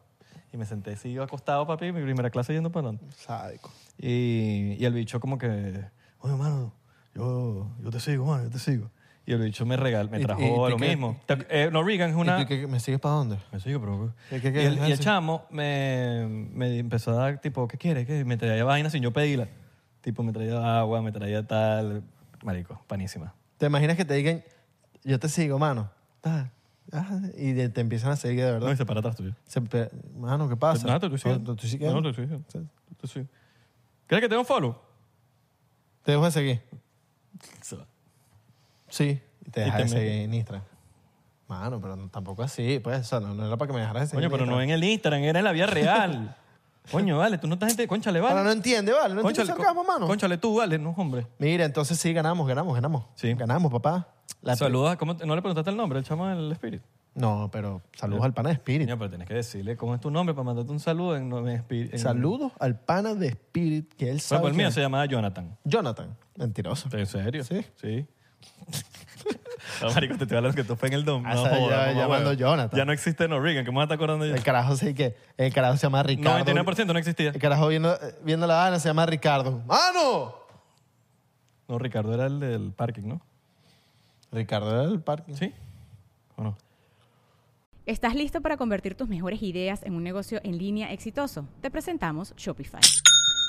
[SPEAKER 2] Y me senté, sigo acostado, papi, mi primera clase yendo para Londres.
[SPEAKER 1] Sádico.
[SPEAKER 2] Y, y el bicho como que, oye, mano, yo, yo te sigo, mano, yo te sigo. Y el bicho me regaló, me
[SPEAKER 1] Y-
[SPEAKER 2] trajo
[SPEAKER 1] y- y
[SPEAKER 2] lo
[SPEAKER 1] que-
[SPEAKER 2] mismo. Te- eh, Norwegian es una...
[SPEAKER 1] ¿Y tú qué- ¿Me sigues para dónde?
[SPEAKER 2] Me sigue, pero...
[SPEAKER 1] ¿Qué- qué-
[SPEAKER 2] y,
[SPEAKER 1] qué Ah,
[SPEAKER 2] el,
[SPEAKER 1] es
[SPEAKER 2] y el
[SPEAKER 1] eso?
[SPEAKER 2] chamo me, me empezó a dar, tipo, ¿qué quieres? ¿Qué? Me traía vaina sin yo pedirla. Tipo, me traía agua, me traía tal... Marico, panísima.
[SPEAKER 1] ¿Te imaginas que te digan, yo te sigo, mano? Ta, ah, Y de- te empiezan a seguir de
[SPEAKER 2] No,
[SPEAKER 1] verdad. Ah,
[SPEAKER 2] y se para atrás tuyo.
[SPEAKER 1] Se pe- mano, ¿qué pasa?
[SPEAKER 2] No, te estoy
[SPEAKER 1] No,
[SPEAKER 2] siguiendo.
[SPEAKER 1] te estoy siguiendo.
[SPEAKER 2] No, te estoy siguiendo. Te estoy siguiendo. ¿Crees que tengo follow?
[SPEAKER 1] Te dejo de seguir.
[SPEAKER 2] Se va.
[SPEAKER 1] Sí. Y te
[SPEAKER 2] Y
[SPEAKER 1] deja
[SPEAKER 2] te
[SPEAKER 1] de
[SPEAKER 2] mete.
[SPEAKER 1] seguir en Instagram. Mano, pero no- tampoco así, pues. O sea, no, no era para que me dejaras de seguir.
[SPEAKER 2] Coño,
[SPEAKER 1] en
[SPEAKER 2] pero no
[SPEAKER 1] Instagram.
[SPEAKER 2] en el Instagram, era en la vida real. Coño, vale, tú no estás gente. Conchale, vale.
[SPEAKER 1] Ahora no entiende, ¿vale? No entiende
[SPEAKER 2] Cónchale,
[SPEAKER 1] el sarcasmo,
[SPEAKER 2] co-
[SPEAKER 1] mano.
[SPEAKER 2] cónchale tú, vale, no, hombre.
[SPEAKER 1] Mira, entonces sí, ganamos, ganamos, ganamos.
[SPEAKER 2] Sí.
[SPEAKER 1] Ganamos, papá. La-
[SPEAKER 2] Saludos, a- ¿cómo te- ¿no le preguntaste el nombre? El chamo del espíritu.
[SPEAKER 1] No, pero saludos al pana de Spirit.
[SPEAKER 2] Coño, pero tienes que decirle cómo es tu nombre para mandarte un saludo en, en espíritu. en-
[SPEAKER 1] Saludos al pana de Spirit, que él
[SPEAKER 2] Bueno,
[SPEAKER 1] sabe.
[SPEAKER 2] pues el mío
[SPEAKER 1] quién
[SPEAKER 2] se llamaba Jonathan.
[SPEAKER 1] es. Jonathan. Mentiroso.
[SPEAKER 2] ¿En serio?
[SPEAKER 1] Sí.
[SPEAKER 2] Sí. no, marico, te estoy hablando que tú fue en el dom.
[SPEAKER 1] Ah,
[SPEAKER 2] no,
[SPEAKER 1] o sea,
[SPEAKER 2] joda,
[SPEAKER 1] ya-
[SPEAKER 2] mamá,
[SPEAKER 1] llamando
[SPEAKER 2] huevo.
[SPEAKER 1] Jonathan.
[SPEAKER 2] Ya no existe en Oregon, ¿qué más te acordando yo?
[SPEAKER 1] El carajo sí que. El carajo se llama Ricardo.
[SPEAKER 2] 99% no existía.
[SPEAKER 1] El carajo viendo, viendo la Habana se llama Ricardo. ¡Mano!
[SPEAKER 2] No, Ricardo era el del parking, ¿no?
[SPEAKER 1] Ricardo era del parking.
[SPEAKER 2] ¿Sí? ¿O no?
[SPEAKER 3] ¿Estás listo para convertir tus mejores ideas en un negocio en línea exitoso? Te presentamos Shopify.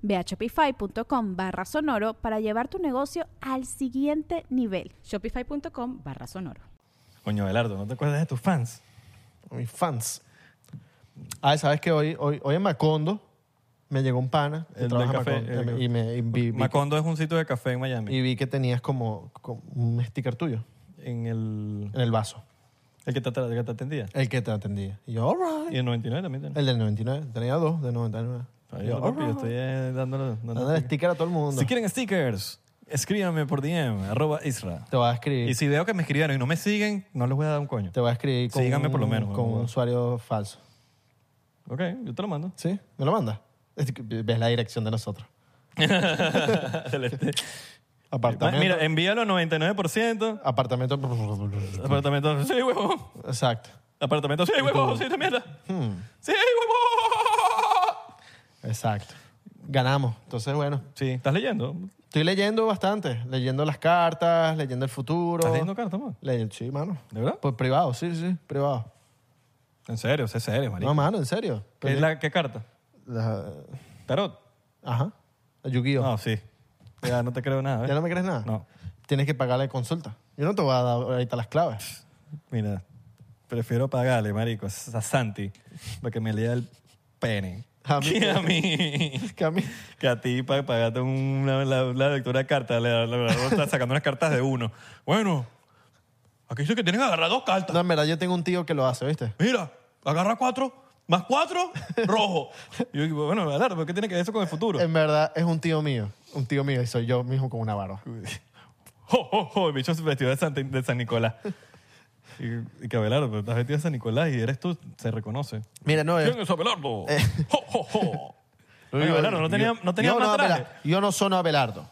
[SPEAKER 4] Ve a shopify.com barra sonoro para llevar tu negocio al siguiente nivel.
[SPEAKER 3] Shopify.com barra sonoro.
[SPEAKER 2] Coño, Belardo, ¿no te acuerdas de tus fans?
[SPEAKER 1] Mis fans. Ah, ¿sabes que hoy, hoy, hoy en Macondo me llegó un pana que
[SPEAKER 2] El
[SPEAKER 1] trabaja
[SPEAKER 2] del café,
[SPEAKER 1] en
[SPEAKER 2] el
[SPEAKER 1] Macondo,
[SPEAKER 2] café.
[SPEAKER 1] y me y vi, vi-
[SPEAKER 2] Macondo es un sitio de café en Miami.
[SPEAKER 1] y vi que tenías como, como un sticker tuyo
[SPEAKER 2] En el...
[SPEAKER 1] en el vaso.
[SPEAKER 2] El que te, el que te atendía.
[SPEAKER 1] El que te atendía. Y yo, all right.
[SPEAKER 2] Y el 99 también tiene.
[SPEAKER 1] El del 99. Tenía dos del 99.
[SPEAKER 2] Ahí
[SPEAKER 1] Y yo,
[SPEAKER 2] está,
[SPEAKER 1] all
[SPEAKER 2] papi, yo
[SPEAKER 1] right.
[SPEAKER 2] estoy eh, dándole, dándole
[SPEAKER 1] Dándole
[SPEAKER 2] sticker.
[SPEAKER 1] sticker a todo el mundo.
[SPEAKER 2] Si quieren stickers, escríbanme por DM, arroba Isra.
[SPEAKER 1] Te voy a escribir.
[SPEAKER 2] Y si veo que me escribieron y no me siguen, no les voy a dar un coño.
[SPEAKER 1] Te voy a escribir con,
[SPEAKER 2] Síganme
[SPEAKER 1] un,
[SPEAKER 2] por lo menos,
[SPEAKER 1] con
[SPEAKER 2] huevón.
[SPEAKER 1] un usuario falso.
[SPEAKER 2] Ok, yo te lo mando.
[SPEAKER 1] ¿Sí? ¿Me lo mandas? Es que Ves la dirección de nosotros.
[SPEAKER 2] Del este.
[SPEAKER 1] Apartamento.
[SPEAKER 2] Mira, envíalo 99%.
[SPEAKER 1] Apartamento.
[SPEAKER 2] Apartamento. Sí, huevo.
[SPEAKER 1] Exacto.
[SPEAKER 2] Apartamento. Sí, huevo. Sí, te mierda.
[SPEAKER 1] Hmm.
[SPEAKER 2] Sí, huevo.
[SPEAKER 1] Exacto. Ganamos. Entonces, bueno.
[SPEAKER 2] Sí, ¿estás leyendo?
[SPEAKER 1] Estoy leyendo bastante. Leyendo las cartas, leyendo el futuro.
[SPEAKER 2] ¿Estás leyendo cartas, man?
[SPEAKER 1] Leyendo- sí, mano.
[SPEAKER 2] ¿De verdad?
[SPEAKER 1] Pues privado, sí, sí, privado.
[SPEAKER 2] En serio, sé serio, marico.
[SPEAKER 1] No, mano, en serio.
[SPEAKER 2] ¿Qué, es la, ¿Qué carta?
[SPEAKER 1] La-
[SPEAKER 2] ¿Tarot?
[SPEAKER 1] Ajá. Yu-Gi-Oh.
[SPEAKER 2] No, sí. Ya no te creo nada. ¿ves?
[SPEAKER 1] ¿Ya no me crees nada?
[SPEAKER 2] No.
[SPEAKER 1] Tienes que pagarle consulta. Yo no te voy a dar ahorita las claves.
[SPEAKER 2] Mira, prefiero pagarle, marico, a Santi para que me lea el pene.
[SPEAKER 1] A mí.
[SPEAKER 2] Que a mí.
[SPEAKER 1] Que a mí.
[SPEAKER 2] Que a ti para pagarte una, la, la lectura de cartas, le, le- le- estás sacando unas cartas de uno. Bueno, aquí dice que tienes que agarrar dos cartas.
[SPEAKER 1] No, en verdad, yo tengo un tío que lo hace, ¿viste?
[SPEAKER 2] Mira, agarra cuatro, más cuatro, rojo. Y yo digo, bueno, Alar, ¿por qué tiene que ver eso con el futuro?
[SPEAKER 1] En verdad, es un tío mío. Un tío mío y soy yo mismo con una barba.
[SPEAKER 2] ¡Jo, jo, jo! El bicho se vestido de San, de San Nicolás. Y, y que Abelardo, pero estás vestido de San Nicolás y eres tú, se reconoce.
[SPEAKER 1] Mira, no, es...
[SPEAKER 2] ¿Quién es Abelardo? ¡Jo, jo, jo!
[SPEAKER 1] Yo
[SPEAKER 2] Oye,
[SPEAKER 1] digo,
[SPEAKER 2] Abelardo, no
[SPEAKER 1] yo-
[SPEAKER 2] tenía, no tenía
[SPEAKER 1] yo
[SPEAKER 2] más traje.
[SPEAKER 1] Abela- yo no sono Abelardo.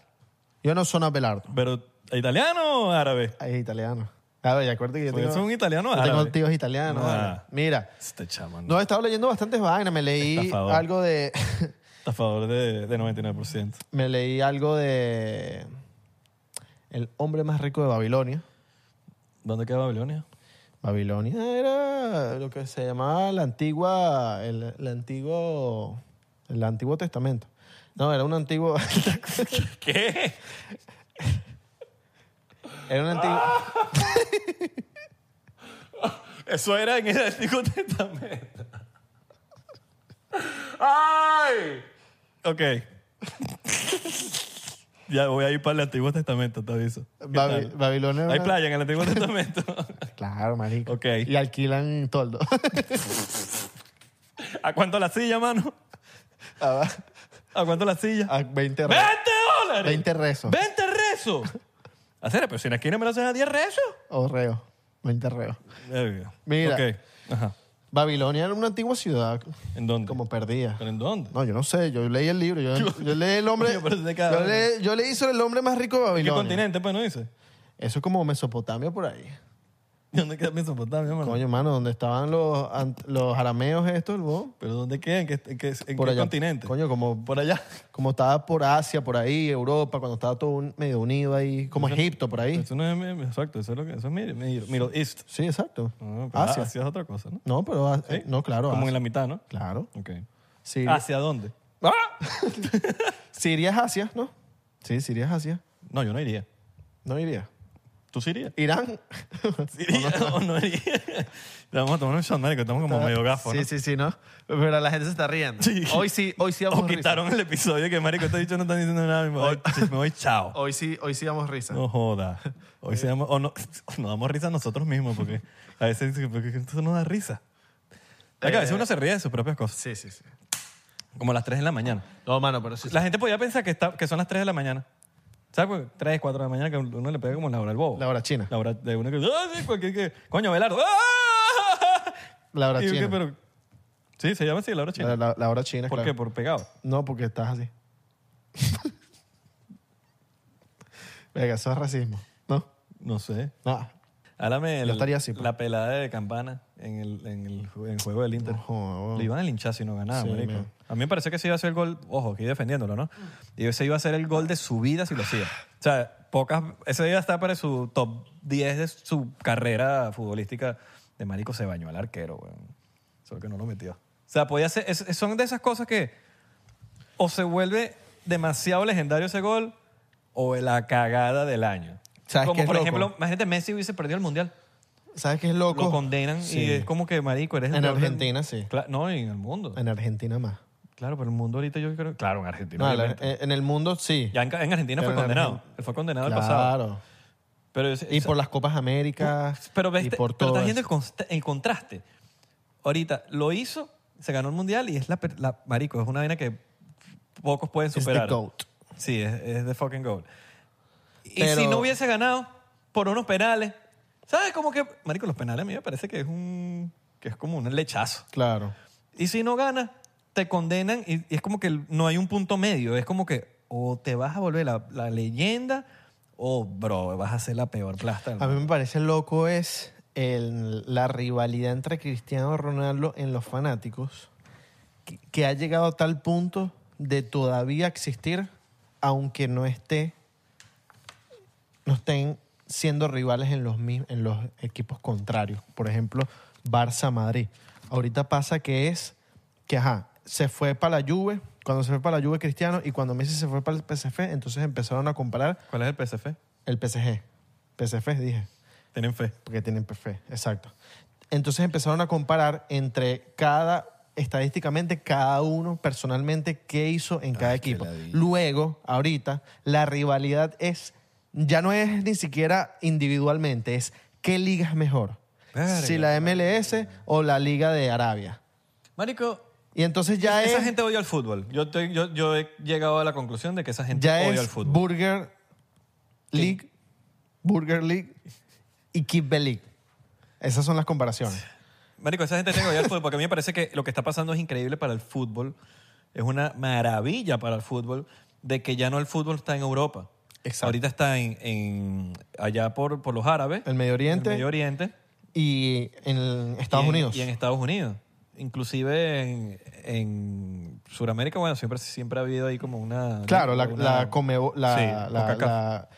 [SPEAKER 1] Yo no sono Abelardo.
[SPEAKER 2] Pero, ¿italiano o árabe?
[SPEAKER 1] Ay, italiano. A ver, acuérdate que yo
[SPEAKER 2] Porque
[SPEAKER 1] tengo...
[SPEAKER 2] es un italiano
[SPEAKER 1] yo tengo
[SPEAKER 2] árabe.
[SPEAKER 1] tíos italianos.
[SPEAKER 2] Ah.
[SPEAKER 1] vale. Mira,
[SPEAKER 2] Este chamo, ¿no?
[SPEAKER 1] no he estado leyendo bastantes vainas. Me leí
[SPEAKER 2] Estafador.
[SPEAKER 1] algo de...
[SPEAKER 2] Está a favor de, de 99%.
[SPEAKER 1] me leí algo de... El hombre más rico de Babilonia.
[SPEAKER 2] ¿Dónde queda Babilonia?
[SPEAKER 1] Babilonia era lo que se llamaba la antigua, el, el antiguo, el antiguo testamento. No, era un antiguo,
[SPEAKER 2] ¿Qué?
[SPEAKER 1] era un antiguo,
[SPEAKER 2] Ah, Eso era en el Antiguo Testamento. ¡Ay! Ok. ya voy a ir para el Antiguo Testamento, te aviso. ¿Qué
[SPEAKER 1] Babi-
[SPEAKER 2] tal?
[SPEAKER 1] Babilonia. era
[SPEAKER 2] Hay
[SPEAKER 1] una-
[SPEAKER 2] playa en el Antiguo Testamento.
[SPEAKER 1] Claro, marico.
[SPEAKER 2] Ok.
[SPEAKER 1] Y alquilan toldo.
[SPEAKER 2] ¿A cuánto la silla, mano?
[SPEAKER 1] a,
[SPEAKER 2] ¿A cuánto la silla?
[SPEAKER 1] a 20
[SPEAKER 2] ¡20
[SPEAKER 1] reales.
[SPEAKER 2] dólares!
[SPEAKER 1] 20 Ah, rezos.
[SPEAKER 2] ¡20 rezos! ¿Hacer? Pero si en la esquina me lo hacen a 10 rezos.
[SPEAKER 1] O reo. 20 reos.
[SPEAKER 2] Verga.
[SPEAKER 1] Eh, Mira.
[SPEAKER 2] Ok. Ajá.
[SPEAKER 1] Babilonia era una antigua ciudad
[SPEAKER 2] ¿En dónde?
[SPEAKER 1] como perdida.
[SPEAKER 2] ¿Pero en dónde?
[SPEAKER 1] No, yo no sé, yo leí el libro, yo, yo leí el hombre,
[SPEAKER 2] Coño, pero es de cada
[SPEAKER 1] yo, leí, yo leí sobre el hombre más rico de
[SPEAKER 2] ¿En qué
[SPEAKER 1] Babilonia.
[SPEAKER 2] continente, pues, no dice?
[SPEAKER 1] Eso es como Mesopotamia por ahí.
[SPEAKER 2] ¿Dónde queda Mesopotamia, hermano?
[SPEAKER 1] Coño, mano, donde estaban los, ant- los arameos estos, ¿no?
[SPEAKER 2] ¿Pero dónde queda? ¿En qué, en qué- en
[SPEAKER 1] Por
[SPEAKER 2] qué
[SPEAKER 1] allá.
[SPEAKER 2] continente?
[SPEAKER 1] Coño, como,
[SPEAKER 2] Por allá.
[SPEAKER 1] como estaba por Asia, por ahí, Europa, cuando estaba todo un- medio unido ahí, como Egipto, por ahí.
[SPEAKER 2] Eso no es... mi- Exacto, eso es lo que... Eso es Middle, Middle- Middle East.
[SPEAKER 1] Sí, exacto.
[SPEAKER 2] No, Ah, pero
[SPEAKER 1] Asia.
[SPEAKER 2] pues, Asia. es otra cosa, ¿no?
[SPEAKER 1] No, pero Asia-
[SPEAKER 2] ¿Sí?
[SPEAKER 1] no, claro.
[SPEAKER 2] Como
[SPEAKER 1] Asia.
[SPEAKER 2] en la mitad, ¿no?
[SPEAKER 1] Claro.
[SPEAKER 2] Ok.
[SPEAKER 1] Sí.
[SPEAKER 2] ¿Hacia dónde?
[SPEAKER 1] Siria es Asia, ¿no? Sí, Siria es Asia.
[SPEAKER 2] No, yo no iría.
[SPEAKER 1] No iría.
[SPEAKER 2] ¿Tú sí irías?
[SPEAKER 1] Irán.
[SPEAKER 2] ¿Iría o no iría? Le Vamos a tomar un shot, marico. Estamos como medio gafos,
[SPEAKER 1] Sí,
[SPEAKER 2] ¿no?
[SPEAKER 1] sí, sí, ¿no? Pero la gente se está riendo.
[SPEAKER 2] Sí.
[SPEAKER 1] Hoy sí, hoy sí
[SPEAKER 2] O
[SPEAKER 1] vamos risa.
[SPEAKER 2] quitaron el episodio que, marico, estos dicho no están diciendo nada. Me voy, me voy chao.
[SPEAKER 1] Hoy sí, hoy sí vamos risa.
[SPEAKER 2] No joda. Hoy se llama, o no, o nos damos risa nosotros mismos porque a veces dicen, porque esto no da risa. Es que a veces uno se ríe de sus propias cosas,
[SPEAKER 1] Sí, sí, sí.
[SPEAKER 2] como a las 3 de la mañana.
[SPEAKER 1] No, mano, pero sí.
[SPEAKER 2] La gente podía pensar que, está, que son las 3 de la mañana. ¿Sabes? Porque 3, 4 de la mañana que uno le pega como la hora del bobo.
[SPEAKER 1] La hora china.
[SPEAKER 2] La hora de uno que... ¡Ah, sí, cualquier que coño, Belardo. ¡Ah!
[SPEAKER 1] La hora
[SPEAKER 2] Y yo que,
[SPEAKER 1] china.
[SPEAKER 2] pero, sí, se llama así, la hora china.
[SPEAKER 1] La, la- la hora china,
[SPEAKER 2] ¿Por
[SPEAKER 1] claro.
[SPEAKER 2] qué? Por pegado.
[SPEAKER 1] No, porque estás así. Venga, eso es racismo. ¿No?
[SPEAKER 2] No sé.
[SPEAKER 1] No.
[SPEAKER 2] Háblame el-
[SPEAKER 1] Yo estaría así, pues.
[SPEAKER 2] la pelada de campana en el, en el, ju- en el juego del Inter.
[SPEAKER 1] No joda, weón.
[SPEAKER 2] Le iban a linchar si no ganaba,
[SPEAKER 1] Sí,
[SPEAKER 2] marico.
[SPEAKER 1] man.
[SPEAKER 2] A mí me pareció que se iba a hacer el gol, ojo, aquí defendiéndolo, ¿no? Y ese iba a ser el gol de su vida si lo hacía. O sea, pocas, ese iba a estar para su top 10 de su carrera futbolística de marico se bañó al arquero, weón. Solo que no lo metió. O sea, podía ser, es- son de esas cosas que o se vuelve demasiado legendario ese gol o la cagada del año.
[SPEAKER 1] ¿Sabes
[SPEAKER 2] como
[SPEAKER 1] qué es
[SPEAKER 2] por
[SPEAKER 1] loco?
[SPEAKER 2] ejemplo, imagínate Messi hubiese perdido el mundial.
[SPEAKER 1] ¿Sabes qué es loco?
[SPEAKER 2] Lo condenan y
[SPEAKER 1] Sí.
[SPEAKER 2] es como que marico eres el
[SPEAKER 1] En
[SPEAKER 2] peor del-
[SPEAKER 1] Argentina, sí.
[SPEAKER 2] Cla- no, y en el mundo.
[SPEAKER 1] En Argentina más.
[SPEAKER 2] Claro, pero el mundo ahorita yo creo. Claro, en Argentina.
[SPEAKER 1] No, en,
[SPEAKER 2] obviamente.
[SPEAKER 1] en el mundo sí.
[SPEAKER 2] ya en, en Argentina
[SPEAKER 1] Pero
[SPEAKER 2] fue
[SPEAKER 1] en
[SPEAKER 2] condenado.
[SPEAKER 1] Argen-
[SPEAKER 2] Él fue condenado
[SPEAKER 1] claro.
[SPEAKER 2] al pasado. Pero, es-
[SPEAKER 1] Y
[SPEAKER 2] es-
[SPEAKER 1] por las Copas Américas.
[SPEAKER 2] pero ves,
[SPEAKER 1] y
[SPEAKER 2] te-
[SPEAKER 1] por
[SPEAKER 2] pero
[SPEAKER 1] todo.
[SPEAKER 2] estás viendo el,
[SPEAKER 1] eso.
[SPEAKER 2] const- el contraste. Ahorita lo hizo, se ganó el mundial y es la, per- la- marico, es una vaina que pocos pueden
[SPEAKER 1] the
[SPEAKER 2] superar.
[SPEAKER 1] GOAT.
[SPEAKER 2] Sí, es, es the fucking goat. Y
[SPEAKER 1] Pero-
[SPEAKER 2] si no hubiese ganado por unos penales, ¿sabes cómo que marico los penales a mí me parece que es un que es como un lechazo?
[SPEAKER 1] Claro.
[SPEAKER 2] Y si no ganas, te condenan y, y es como que no hay un punto medio. Es como que o te vas a volver la, la leyenda o, bro, vas a ser la peor plasta. del
[SPEAKER 1] A
[SPEAKER 2] mundo.
[SPEAKER 1] mí me parece loco es el- la rivalidad entre Cristiano Ronaldo en los fanáticos que, que ha llegado a tal punto de todavía existir aunque no esté no estén siendo rivales en los mis- en los equipos contrarios. Por ejemplo, Barça Madrid. Ahorita pasa que es que ajá, se fue para la Juve, cuando se fue para la Juve Cristiano y cuando Messi se fue para el PSV, entonces empezaron a comparar
[SPEAKER 2] ¿Cuál es el PSF?
[SPEAKER 1] el PSG. PSV dije.
[SPEAKER 2] Tienen fe.
[SPEAKER 1] Porque tienen perfil, exacto. Entonces empezaron a comparar entre cada, estadísticamente, cada uno personalmente qué hizo en cada
[SPEAKER 2] qué
[SPEAKER 1] equipo.
[SPEAKER 2] ladilla.
[SPEAKER 1] Luego, ahorita, la rivalidad es, ya no es ni siquiera individualmente, es qué liga es mejor.
[SPEAKER 2] Verga,
[SPEAKER 1] si la MLS o la Liga de Arabia.
[SPEAKER 2] Marico,
[SPEAKER 1] Y entonces ya
[SPEAKER 2] esa
[SPEAKER 1] es,
[SPEAKER 2] gente odia el fútbol. Yo, te- yo, yo he llegado a la conclusión de que esa gente
[SPEAKER 1] ya
[SPEAKER 2] odia el
[SPEAKER 1] es
[SPEAKER 2] fútbol.
[SPEAKER 1] Burger League, Burger League y Kibbe League. Esas son las comparaciones.
[SPEAKER 2] Marico, esa gente tiene que odiar el fútbol porque a mí me parece que lo que está pasando es increíble para el fútbol. Es una maravilla para el fútbol de que ya no el fútbol está en Europa.
[SPEAKER 1] Exacto.
[SPEAKER 2] Ahorita está en, en- allá por, por los árabes.
[SPEAKER 1] El Medio Oriente.
[SPEAKER 2] El Medio Oriente.
[SPEAKER 1] y en Estados
[SPEAKER 2] Y en-
[SPEAKER 1] Unidos.
[SPEAKER 2] Y en Estados Unidos. Inclusive en, en Sudamérica, bueno, siempre, siempre ha habido ahí como una...
[SPEAKER 1] claro, la,
[SPEAKER 2] una-
[SPEAKER 1] la Comebo- la,
[SPEAKER 2] Sí,
[SPEAKER 1] la,
[SPEAKER 2] CONCACAF.
[SPEAKER 1] la-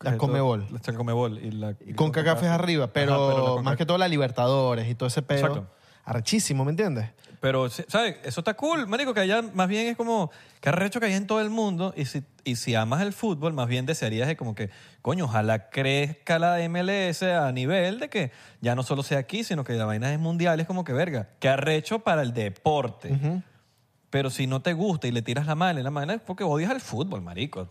[SPEAKER 1] la
[SPEAKER 2] Esto-
[SPEAKER 1] Comebol.
[SPEAKER 2] está el Comebol. Y la,
[SPEAKER 1] Y con
[SPEAKER 2] CONCACAF.
[SPEAKER 1] cacafes arriba, pero,
[SPEAKER 2] Ajá, pero la
[SPEAKER 1] más que
[SPEAKER 2] CONCACAF.
[SPEAKER 1] todo la Libertadores y todo ese pedo.
[SPEAKER 2] Exacto.
[SPEAKER 1] Arrechísimo, ¿me entiendes?
[SPEAKER 2] Pero, sí, ¿sabes? Eso está cool, marico, que allá más bien es como que arrecho que hay en todo el mundo y si, y si amas el fútbol, más bien desearías de como que, coño, ojalá crezca la MLS a nivel de que ya no solo sea aquí, sino que la vaina es mundial, es como que, verga, que arrecho para el deporte. Pero si no te gusta y le tiras la mala, la mala es porque odias al fútbol, marico.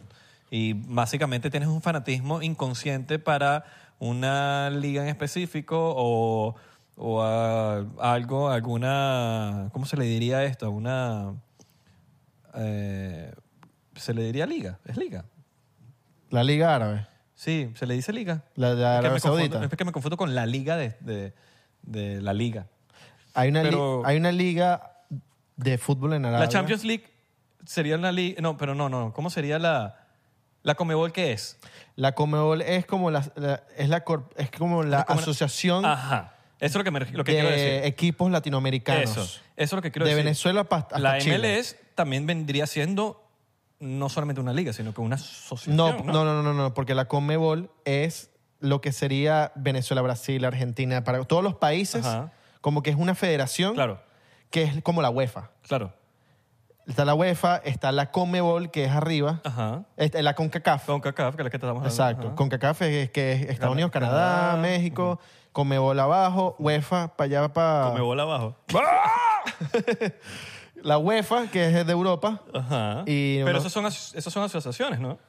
[SPEAKER 2] Y básicamente tienes un fanatismo inconsciente para una liga en específico o, o a- algo, alguna, ¿cómo se le diría esto? Una, eh, se le diría liga, es liga.
[SPEAKER 1] La Liga Árabe.
[SPEAKER 2] Sí, se le dice liga.
[SPEAKER 1] La de
[SPEAKER 2] Es que me
[SPEAKER 1] Arabia
[SPEAKER 2] confundo-
[SPEAKER 1] Saudita.
[SPEAKER 2] es que me confundo con la liga de, de- de la liga.
[SPEAKER 1] Hay una, li-
[SPEAKER 2] Pero-
[SPEAKER 1] hay una liga de fútbol en Arabia.
[SPEAKER 2] La Champions League sería la liga. No, pero no, no. ¿Cómo sería la. La Comebol qué es?
[SPEAKER 1] La Comebol es como la, la- es la corp- es como la
[SPEAKER 2] Como una-
[SPEAKER 1] asociación
[SPEAKER 2] Ajá. Eso es lo que, me, lo que quiero
[SPEAKER 1] de
[SPEAKER 2] decir.
[SPEAKER 1] equipos latinoamericanos.
[SPEAKER 2] Eso. Eso es lo que quiero
[SPEAKER 1] de
[SPEAKER 2] decir.
[SPEAKER 1] Venezuela pa- hasta
[SPEAKER 2] la
[SPEAKER 1] Chile.
[SPEAKER 2] MLS también vendría siendo no solamente una liga, sino que una asociación.
[SPEAKER 1] No, no, no, no, no, no, porque la Comebol es lo que sería Venezuela, Brasil, Argentina, para todos los países,
[SPEAKER 2] Ajá.
[SPEAKER 1] como que es una federación
[SPEAKER 2] Claro,
[SPEAKER 1] que es como la UEFA.
[SPEAKER 2] claro.
[SPEAKER 1] Está la UEFA, está la Comebol que es arriba,
[SPEAKER 2] Ajá.
[SPEAKER 1] está la CONCACAF.
[SPEAKER 2] Con CACAF, que es la que estamos hablando.
[SPEAKER 1] Exacto.
[SPEAKER 2] Ajá.
[SPEAKER 1] CONCACAF es que es Estados Unidos, Canadá,
[SPEAKER 2] Canadá,
[SPEAKER 1] México, Comebol abajo, UEFA para allá para
[SPEAKER 2] Comebol abajo. ¡Ah!
[SPEAKER 1] la UEFA que es de Europa.
[SPEAKER 2] Ajá.
[SPEAKER 1] Y
[SPEAKER 2] Pero
[SPEAKER 1] uno-
[SPEAKER 2] esas son, as- esas son asociaciones, ¿no?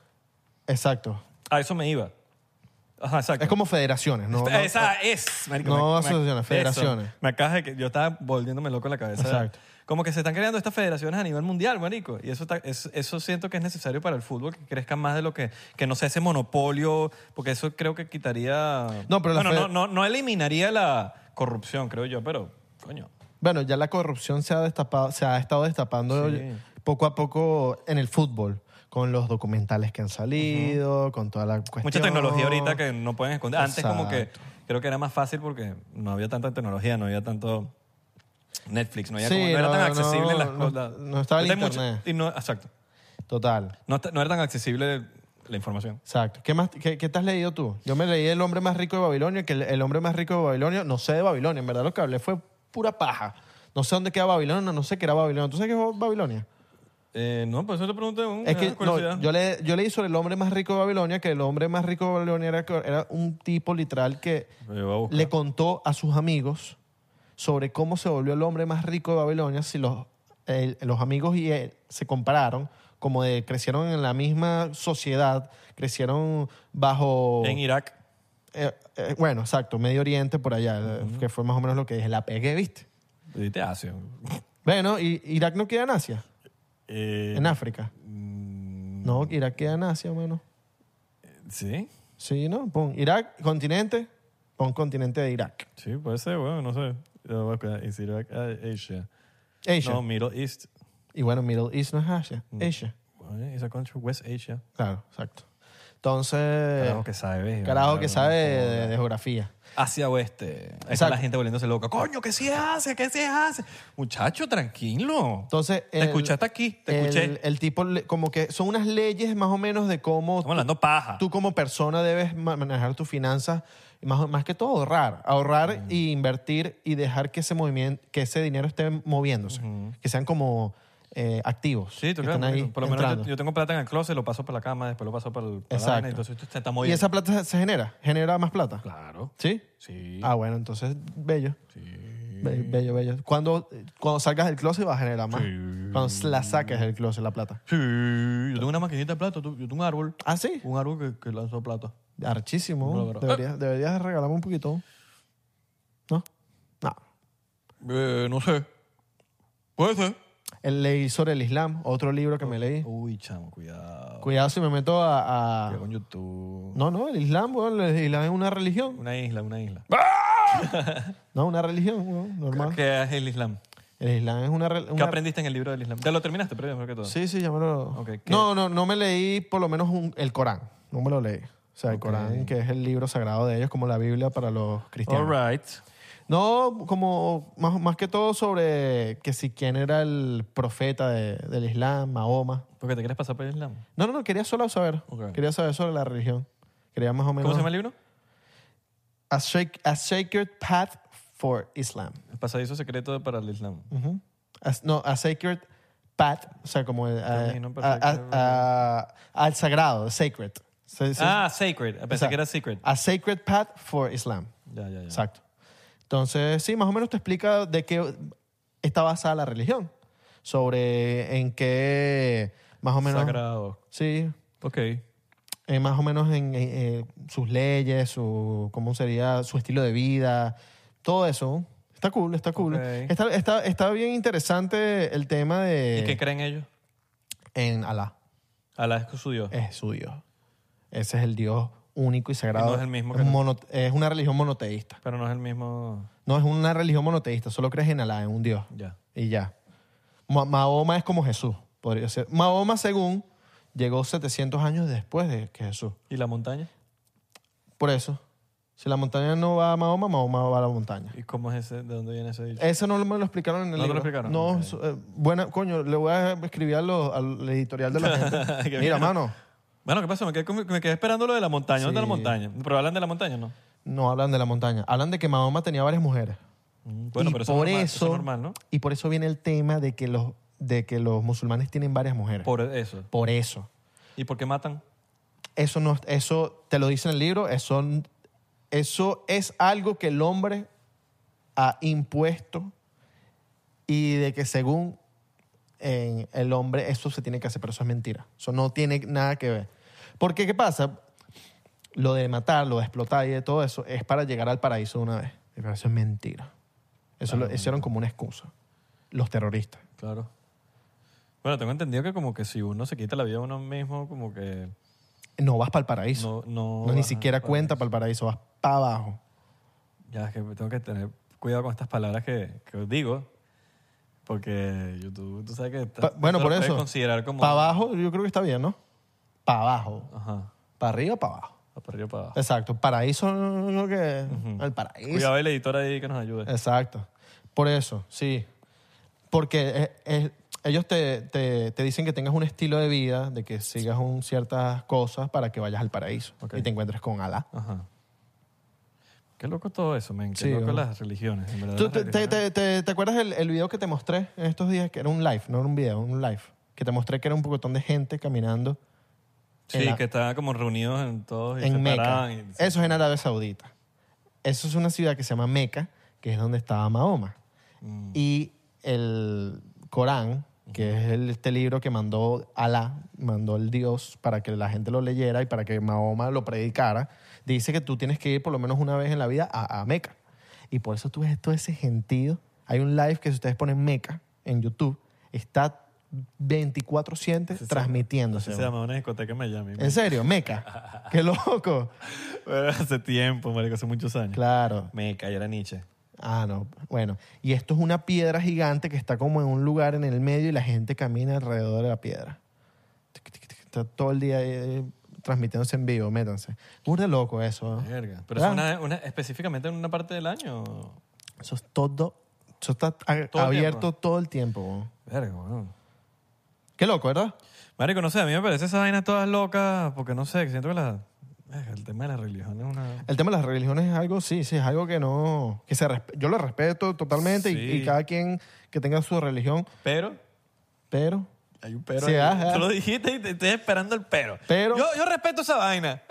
[SPEAKER 1] Exacto.
[SPEAKER 2] A eso me iba. Ajá, exacto.
[SPEAKER 1] Es como federaciones, ¿no?
[SPEAKER 2] Esta-
[SPEAKER 1] No-
[SPEAKER 2] esa es. marico,
[SPEAKER 1] no
[SPEAKER 2] me- me-
[SPEAKER 1] asociaciones,
[SPEAKER 2] eso.
[SPEAKER 1] federaciones.
[SPEAKER 2] Me acabas de que yo estaba volviéndome loco en la cabeza.
[SPEAKER 1] Exacto.
[SPEAKER 2] Como que se están creando estas federaciones a nivel mundial, marico. Y eso, está- es- eso siento que es necesario para el fútbol, que crezca más de lo que... Que no sea ese monopolio, porque eso creo que quitaría...
[SPEAKER 1] No, pero la
[SPEAKER 2] Bueno,
[SPEAKER 1] fe-
[SPEAKER 2] no, no, no eliminaría la corrupción, creo yo, pero... Coño.
[SPEAKER 1] Bueno, ya la corrupción se ha, destapado, se ha estado destapando
[SPEAKER 2] Sí.
[SPEAKER 1] poco a poco en el fútbol, con los documentales que han salido, con toda la cuestión.
[SPEAKER 2] Mucha tecnología ahorita que no pueden esconder. Antes como que
[SPEAKER 1] Exacto.
[SPEAKER 2] creo que era más fácil porque no había tanta tecnología, no había tanto Netflix, no, había
[SPEAKER 1] Sí,
[SPEAKER 2] como- no era
[SPEAKER 1] no,
[SPEAKER 2] tan
[SPEAKER 1] no,
[SPEAKER 2] accesible las
[SPEAKER 1] no,
[SPEAKER 2] cosas.
[SPEAKER 1] no estaba el
[SPEAKER 2] Hay mucho-
[SPEAKER 1] internet.
[SPEAKER 2] y no, exacto.
[SPEAKER 1] Total,
[SPEAKER 2] No, ta- no era tan accesible la información.
[SPEAKER 1] exacto. ¿Qué, más, qué, qué te has leído tú? Yo me leí El hombre más rico de Babilonia, que el, el hombre más rico de Babilonia, no sé de Babilonia, en verdad lo que hablé fue pura paja. No sé dónde queda Babilonia, no sé qué era Babilonia. ¿Tú sabes qué es Babilonia?
[SPEAKER 2] Eh, no, por eso te pregunté. Un,
[SPEAKER 1] Es que
[SPEAKER 2] una
[SPEAKER 1] no,
[SPEAKER 2] curiosidad.
[SPEAKER 1] yo, le, yo leí sobre el hombre más rico de Babilonia, que el hombre más rico de Babilonia era, era un tipo literal que
[SPEAKER 2] Yo voy a buscar.
[SPEAKER 1] le contó a sus amigos sobre cómo se volvió el hombre más rico de Babilonia si los, el- los amigos y él se compararon, como de crecieron en la misma sociedad, crecieron bajo...
[SPEAKER 2] En Irak.
[SPEAKER 1] eh, eh, bueno, exacto, Medio Oriente por allá, eh, que fue más o menos lo que dije, la pegué, ¿viste?
[SPEAKER 2] Y te hace.
[SPEAKER 1] Bueno, y Irak no queda en Asia,
[SPEAKER 2] Eh, mm,
[SPEAKER 1] en África. No, Irak queda en Asia, mano.
[SPEAKER 2] sí,
[SPEAKER 1] Sí, ¿no? Pon Irak, continente, pon continente de Irak.
[SPEAKER 2] sí, puede ser, bueno, no sé. Yo voy a buscar, Is Irak eh, Asia?
[SPEAKER 1] Asia.
[SPEAKER 2] No, Mm. Middle East.
[SPEAKER 1] Y bueno, Middle East no es Asia, Asia.
[SPEAKER 2] Bueno, Is a country, West Asia.
[SPEAKER 1] Claro, exacto. Entonces,
[SPEAKER 2] Carajo que sabe. ¿ves?
[SPEAKER 1] Eh, carajo que
[SPEAKER 2] Bueno,
[SPEAKER 1] sabe
[SPEAKER 2] no
[SPEAKER 1] de,
[SPEAKER 2] joda.
[SPEAKER 1] de- de geografía.
[SPEAKER 2] Hacia oeste. Ahí Está
[SPEAKER 1] Exacto.
[SPEAKER 2] la gente volviéndose loca. Coño, ¿qué se hace? ¿Qué se hace? Muchacho, tranquilo.
[SPEAKER 1] Entonces,
[SPEAKER 2] te
[SPEAKER 1] el-
[SPEAKER 2] escuchaste aquí, te
[SPEAKER 1] el,
[SPEAKER 2] escuché.
[SPEAKER 1] El tipo, le- como que son unas leyes más o menos de cómo
[SPEAKER 2] Estamos hablando paja.
[SPEAKER 1] tú como persona debes ma- manejar tus finanzas, y más, más que todo ahorrar, ahorrar y invertir y dejar que ese movimiento, que ese dinero esté moviéndose, que sean como eh, activos.
[SPEAKER 2] Sí, tú
[SPEAKER 1] que
[SPEAKER 2] claro,
[SPEAKER 1] estén ahí
[SPEAKER 2] marico. Por lo menos yo,
[SPEAKER 1] entrando.
[SPEAKER 2] yo tengo plata en el closet, lo paso para la cama, después lo paso para el para la
[SPEAKER 1] Exacto.
[SPEAKER 2] vaina, entonces esto se está
[SPEAKER 1] y
[SPEAKER 2] moviendo.
[SPEAKER 1] esa plata se genera, genera más plata.
[SPEAKER 2] Claro.
[SPEAKER 1] ¿Sí?
[SPEAKER 2] Sí.
[SPEAKER 1] Ah, bueno, entonces, bello. Be- Bello, bello. Cuando, cuando salgas del closet vas a generar más. Cuando la saques del closet, la plata.
[SPEAKER 2] Sí. Yo tengo una maquinita de plata, tú- yo tengo un árbol.
[SPEAKER 1] Ah, sí.
[SPEAKER 2] Un árbol que, que lanzó plata.
[SPEAKER 1] Archísimo.
[SPEAKER 2] Bárbaro.
[SPEAKER 1] Deberías, deberías regalarme un poquito. ¿No? No.
[SPEAKER 2] Eh, no sé. Puede ser.
[SPEAKER 1] El leí sobre el Islam, otro libro que me leí.
[SPEAKER 2] Uy, chamo, cuidado.
[SPEAKER 1] Cuidado si me meto a... a-
[SPEAKER 2] Cuidado con YouTube.
[SPEAKER 1] No, no, el Islam, weón, el Islam es una religión.
[SPEAKER 2] Una isla, una isla.
[SPEAKER 1] No, una religión, weón, normal.
[SPEAKER 2] ¿Qué es el Islam?
[SPEAKER 1] El Islam es una... re-
[SPEAKER 2] ¿Qué
[SPEAKER 1] una-
[SPEAKER 2] aprendiste en el libro del Islam? ¿Te lo terminaste, pero mejor que todo?
[SPEAKER 1] Sí, sí, ya me lo...
[SPEAKER 2] Ok, ¿qué?
[SPEAKER 1] no, no, no me leí por lo menos un- el Corán. No me lo leí. O sea, el Corán, que es el libro sagrado de ellos, como la Biblia para los
[SPEAKER 2] All
[SPEAKER 1] cristianos.
[SPEAKER 2] right.
[SPEAKER 1] No, como más, más que todo sobre que si quién era el profeta de- del Islam, Mahoma.
[SPEAKER 2] Porque te quieres pasar por el Islam.
[SPEAKER 1] No, no, no, quería solo saber.
[SPEAKER 2] Ok.
[SPEAKER 1] Quería saber sobre la religión. Quería más o menos...
[SPEAKER 2] ¿Cómo se llama el libro?
[SPEAKER 1] A, Sac- A Sacred Path for Islam.
[SPEAKER 2] El pasadizo secreto para el Islam.
[SPEAKER 1] Ujú. As- no, a sacred path, o sea, como el, a-
[SPEAKER 2] Camino
[SPEAKER 1] a-
[SPEAKER 2] perfecto.
[SPEAKER 1] a- a- al sagrado, sacred. Se- se-
[SPEAKER 2] Ah, Sacred. Pensé
[SPEAKER 1] o sea,
[SPEAKER 2] que era Secret.
[SPEAKER 1] A sacred path for Islam.
[SPEAKER 2] Ya, ya, ya.
[SPEAKER 1] Exacto. Entonces, sí, más o menos te explica de qué está basada la religión. Sobre en qué, más o menos.
[SPEAKER 2] Sagrado.
[SPEAKER 1] Sí,
[SPEAKER 2] Ok.
[SPEAKER 1] eh, más o menos en eh, eh, sus leyes, su, cómo sería su estilo de vida, todo eso. Está cool, está cool.
[SPEAKER 2] Ok.
[SPEAKER 1] Está, está, está bien interesante el tema de...
[SPEAKER 2] ¿Y qué creen ellos?
[SPEAKER 1] en Alá,
[SPEAKER 2] Alá es su Dios.
[SPEAKER 1] es su Dios. Ese es el Dios único y sagrado.
[SPEAKER 2] no es el mismo que
[SPEAKER 1] Es,
[SPEAKER 2] no.
[SPEAKER 1] mono- es una religión monoteísta.
[SPEAKER 2] Pero no es el mismo.
[SPEAKER 1] No es una religión monoteísta, solo crees en Alá, en un Dios.
[SPEAKER 2] Ya.
[SPEAKER 1] Y ya. Ma- Mahoma es como Jesús, podría ser. Mahoma, según, llegó 700 años después de que Jesús.
[SPEAKER 2] ¿Y la montaña?
[SPEAKER 1] Por eso, si la montaña no va a Mahoma, Mahoma va a la montaña.
[SPEAKER 2] ¿Y cómo es ese? ¿De dónde viene ese dicho?
[SPEAKER 1] Eso no me lo explicaron en el
[SPEAKER 2] ¿No te lo
[SPEAKER 1] libro.
[SPEAKER 2] explicaron?
[SPEAKER 1] No,
[SPEAKER 2] Ok.
[SPEAKER 1] eso, eh, buena, coño, le voy a escribir a lo- al editorial de la gente.
[SPEAKER 2] Qué
[SPEAKER 1] Mira,
[SPEAKER 2] bien.
[SPEAKER 1] mano,
[SPEAKER 2] Bueno, ¿qué pasó? Me quedé, con- me quedé esperando lo de la montaña. ¿Dónde está la
[SPEAKER 1] Sí.
[SPEAKER 2] montaña? Pero hablan de la montaña, ¿no?
[SPEAKER 1] no hablan de la montaña. Hablan de que Mahoma tenía varias mujeres.
[SPEAKER 2] Mm, Bueno,
[SPEAKER 1] Y
[SPEAKER 2] pero eso,
[SPEAKER 1] por
[SPEAKER 2] es normal,
[SPEAKER 1] eso-
[SPEAKER 2] es normal, ¿no?
[SPEAKER 1] Y por eso viene el tema de que los, de que los musulmanes tienen varias mujeres.
[SPEAKER 2] Por eso.
[SPEAKER 1] Por eso.
[SPEAKER 2] ¿Y por qué matan?
[SPEAKER 1] Eso, no, eso te lo dice en el libro, eso, eso es algo que el hombre ha impuesto y de que según en el hombre eso se tiene que hacer, pero eso es mentira. Eso no tiene nada que ver. Porque, ¿qué pasa? Lo de matar, lo de explotar y de todo eso es para llegar al paraíso de una vez. Pero eso es mentira. Eso lo hicieron como una excusa. Los terroristas.
[SPEAKER 2] Claro. Bueno, tengo entendido que como que si uno se quita la vida a uno mismo, como que
[SPEAKER 1] No vas para el paraíso.
[SPEAKER 2] no... No,
[SPEAKER 1] No, ni
[SPEAKER 2] vas
[SPEAKER 1] siquiera
[SPEAKER 2] para
[SPEAKER 1] cuenta
[SPEAKER 2] eso.
[SPEAKER 1] para el paraíso, vas para abajo.
[SPEAKER 2] Ya, es que tengo que tener cuidado con estas palabras que, que os digo, porque YouTube, tú sabes que...
[SPEAKER 1] Pa-
[SPEAKER 2] ta-
[SPEAKER 1] bueno,
[SPEAKER 2] lo
[SPEAKER 1] por
[SPEAKER 2] puedes
[SPEAKER 1] eso.
[SPEAKER 2] considerar como...
[SPEAKER 1] Para abajo, yo creo que está bien, ¿no? Para abajo.
[SPEAKER 2] Ajá,
[SPEAKER 1] Para arriba, para abajo.
[SPEAKER 2] para arriba, para abajo.
[SPEAKER 1] Exacto. Paraíso, lo que. El paraíso.
[SPEAKER 2] Cuidado el editor ahí que nos ayude.
[SPEAKER 1] Eh. Exacto. Por eso, sí. Porque es- es- ellos te, te- te dicen que tengas un estilo de vida, de que sigas un, ciertas cosas para que vayas al paraíso
[SPEAKER 2] Ok.
[SPEAKER 1] y te encuentres con Alá.
[SPEAKER 2] Ajá. Qué loco todo eso, men. Qué
[SPEAKER 1] Sí,
[SPEAKER 2] loco
[SPEAKER 1] ¿no?
[SPEAKER 2] las religiones, en verdad.
[SPEAKER 1] ¿Tú,
[SPEAKER 2] las
[SPEAKER 1] te, te-
[SPEAKER 2] religiones.
[SPEAKER 1] te- te- te acuerdas el, el video que te mostré en estos días? Que era un live, no era un video, un live. Que te mostré que era un pocotón de gente caminando
[SPEAKER 2] sí,
[SPEAKER 1] en la-
[SPEAKER 2] que estaban como reunidos en todos y se
[SPEAKER 1] en Meca.
[SPEAKER 2] paraban y-
[SPEAKER 1] Eso es en Arabia Saudita. Eso es una ciudad que se llama Meca, que es donde estaba Mahoma.
[SPEAKER 2] Mm.
[SPEAKER 1] Y el Corán, que es el- este libro que mandó Alá, mandó el Dios para que la gente lo leyera y para que Mahoma lo predicara, dice que tú tienes que ir por lo menos una vez en la vida a, a Meca. Y por eso tú ves todo ese gentío. Hay un live que si ustedes ponen Meca en YouTube, está 24-7
[SPEAKER 2] se-
[SPEAKER 1] transmitiéndose.
[SPEAKER 2] Así se llama una discoteca en Miami. men.
[SPEAKER 1] ¿En serio? Meca. ¡Qué loco!
[SPEAKER 2] Pero hace tiempo, marico, hace muchos años.
[SPEAKER 1] Claro.
[SPEAKER 2] Meca, y era Nietzsche.
[SPEAKER 1] Ah, no. Bueno, y esto es una piedra gigante que está como en un lugar en el medio y la gente camina alrededor de la piedra. Tic, tic, tic, Está todo el día eh, transmitiéndose en vivo, métanse. Burda de loco eso. ¿no?
[SPEAKER 2] Verga. Pero eso es
[SPEAKER 1] Ah.
[SPEAKER 2] una, una- específicamente en una parte del año.
[SPEAKER 1] Eso es todo. Eso está a-
[SPEAKER 2] Todo el
[SPEAKER 1] abierto
[SPEAKER 2] tiempo.
[SPEAKER 1] todo el tiempo. ¿no?
[SPEAKER 2] Verga, weón.
[SPEAKER 1] Qué loco, ¿verdad?
[SPEAKER 2] Marico, no sé, a mí me parece esas vainas todas locas, porque no sé, que siento que la, verga, el tema de la religión es una...
[SPEAKER 1] El tema de las religiones es algo, sí, sí, es algo que no. que se resp- Yo lo respeto totalmente y- y,
[SPEAKER 2] Sí.
[SPEAKER 1] cada quien que tenga su religión,
[SPEAKER 2] Pero,
[SPEAKER 1] pero.
[SPEAKER 2] hay un pero.
[SPEAKER 1] Sí,
[SPEAKER 2] ahí.
[SPEAKER 1] ajá.
[SPEAKER 2] Tú lo dijiste y te estoy esperando el pero.
[SPEAKER 1] Pero-
[SPEAKER 2] Yo, yo respeto esa vaina.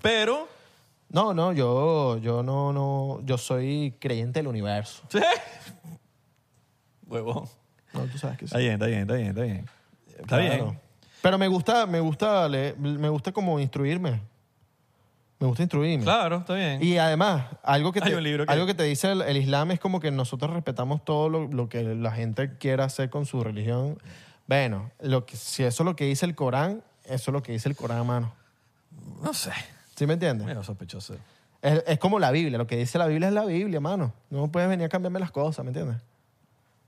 [SPEAKER 2] Pero.
[SPEAKER 1] No, no, yo, yo no, no. Yo soy creyente del universo.
[SPEAKER 2] Pero. Huevón.
[SPEAKER 1] No, tú sabes que sí.
[SPEAKER 2] Está bien, está bien, está bien, está bien. Está
[SPEAKER 1] Claro.
[SPEAKER 2] bien.
[SPEAKER 1] Pero me gusta, me gusta, leer, me gusta como instruirme. Me gusta instruirme.
[SPEAKER 2] Claro, está bien.
[SPEAKER 1] Y además, algo que,
[SPEAKER 2] Hay
[SPEAKER 1] te,
[SPEAKER 2] un libro que-
[SPEAKER 1] algo que te dice el, el Islam es como que nosotros respetamos todo lo, lo que la gente quiera hacer con su religión. Bueno, lo que, si eso es lo que dice el Corán, eso es lo que dice el Corán, mano.
[SPEAKER 2] No sé.
[SPEAKER 1] ¿Sí me entiendes?
[SPEAKER 2] Medio sospechoso.
[SPEAKER 1] Es, es como la Biblia. Lo que dice la Biblia es la Biblia, mano. No puedes venir a cambiarme las cosas, ¿me entiendes?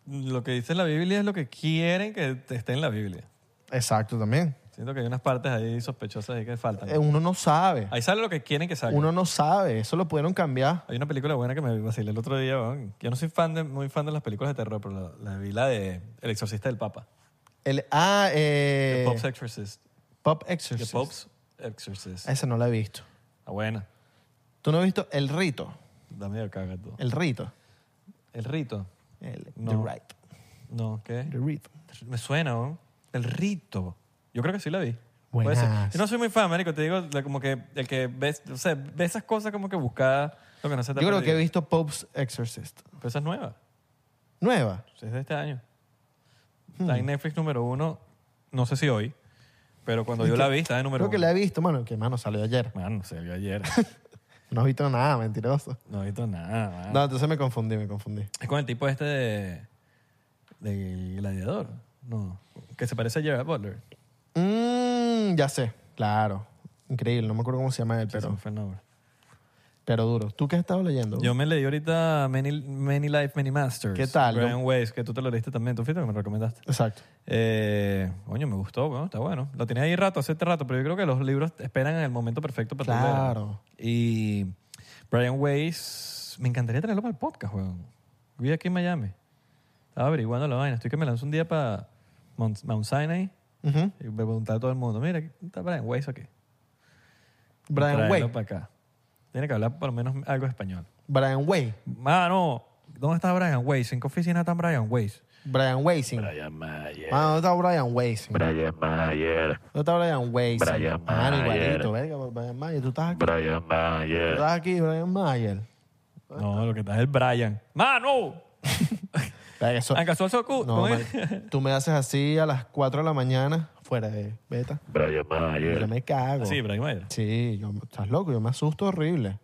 [SPEAKER 2] Lo que dice la Biblia es lo que quieren que te esté en la Biblia.
[SPEAKER 1] Exacto, también.
[SPEAKER 2] Siento que hay unas partes ahí sospechosas ahí que faltan.
[SPEAKER 1] Eh, Uno no sabe.
[SPEAKER 2] Ahí sale lo que quieren que salga.
[SPEAKER 1] Uno no sabe. Eso lo pudieron cambiar.
[SPEAKER 2] Hay una película buena que me vacilé el otro día. weón. Yo no soy fan de, muy fan de las películas de terror, pero la, la vi la de El Exorcista del Papa.
[SPEAKER 1] El, ah, eh,
[SPEAKER 2] The Pope's Exorcist.
[SPEAKER 1] Pop
[SPEAKER 2] The
[SPEAKER 1] Exorcist.
[SPEAKER 2] Pope's Exorcist.
[SPEAKER 1] Esa no la he visto.
[SPEAKER 2] La buena.
[SPEAKER 1] ¿Tú no has visto El Rito?
[SPEAKER 2] Da medio caga todo.
[SPEAKER 1] El Rito.
[SPEAKER 2] El rito.
[SPEAKER 1] El,
[SPEAKER 2] No.
[SPEAKER 1] The Right.
[SPEAKER 2] No, ¿qué?
[SPEAKER 1] The Rito.
[SPEAKER 2] Me suena, ¿no? El rito. Yo creo que sí la vi. Puede
[SPEAKER 1] Buenas.
[SPEAKER 2] ser. Yo no soy muy fan, marico. Te digo, la- como que el que ves, o sea, ve esas cosas como que buscadas, lo que no se te
[SPEAKER 1] Yo creo que he
[SPEAKER 2] perdido.
[SPEAKER 1] visto Pope's Exorcist.
[SPEAKER 2] Pero esa es nueva.
[SPEAKER 1] Nueva.
[SPEAKER 2] Es de este año.
[SPEAKER 1] Hmm.
[SPEAKER 2] Está en Netflix número uno. No sé si hoy, pero cuando yo la vi, estaba en número
[SPEAKER 1] creo que
[SPEAKER 2] uno.
[SPEAKER 1] la he visto, mano. Que, mano, salió ayer.
[SPEAKER 2] Mano, se vio ayer.
[SPEAKER 1] No has visto nada, mentiroso.
[SPEAKER 2] No he visto nada, mano.
[SPEAKER 1] No, entonces me confundí, me confundí.
[SPEAKER 2] Es con el tipo este de. del gladiador. No. Que se parece a Gerard Butler.
[SPEAKER 1] Mmm, ya sé. Mm, Claro. Increíble, no me acuerdo cómo se llama él,
[SPEAKER 2] Pero,
[SPEAKER 1] pero, pero duro. ¿Tú qué has estado leyendo?
[SPEAKER 2] Yo me leí ahorita Many, Many Life, Many Masters.
[SPEAKER 1] Oh. ¿Qué tal?
[SPEAKER 2] Brian Weiss, que tú te lo leíste también. Tú fuiste que me lo recomendaste.
[SPEAKER 1] Exacto.
[SPEAKER 2] Eh, coño, me gustó, bueno, está bueno. Lo tenía ahí rato, hace este rato, pero yo creo que los libros esperan el momento perfecto para tú
[SPEAKER 1] Claro.
[SPEAKER 2] leer. Y Brian Weiss, me encantaría tenerlo para el podcast, weón. Vive aquí en Miami. Estaba averiguando la vaina. Estoy que me lanzo un día para Mount, Mount Sinai
[SPEAKER 1] Ujú.
[SPEAKER 2] y me preguntar a todo el mundo, mira, ¿está Brian Weiss o qué?
[SPEAKER 1] Brian Way.
[SPEAKER 2] para acá. Tiene que hablar por lo menos algo español.
[SPEAKER 1] Brian Way.
[SPEAKER 2] Mano, ¿dónde está Brian Weiss? ¿En qué oficina está Brian Weiss?
[SPEAKER 1] Brian Weising.
[SPEAKER 5] Brian Mayer.
[SPEAKER 1] Ah, ¿dónde está Brian Weising?
[SPEAKER 5] Brian Mayer.
[SPEAKER 1] ¿Dónde está Brian Weising?
[SPEAKER 5] Brian
[SPEAKER 1] Mano,
[SPEAKER 5] Mayer.
[SPEAKER 1] igualito, verga, pues, Brian Mayer. Tú estás aquí,
[SPEAKER 5] Brian
[SPEAKER 1] tú
[SPEAKER 5] Mayer.
[SPEAKER 1] estás aquí Brian Mayer. Ah,
[SPEAKER 2] No, lo que está es el Brian. ¡Mano!
[SPEAKER 1] Verga, eso-
[SPEAKER 2] ¿En casual Soku?
[SPEAKER 1] No, man, tú me haces así a las 4 de la mañana, fuera de beta.
[SPEAKER 5] Brian
[SPEAKER 1] Yo
[SPEAKER 5] Mayer.
[SPEAKER 1] me cago.
[SPEAKER 2] Sí, Brian Weiss.
[SPEAKER 1] Sí, yo, estás loco, yo me asusto horrible.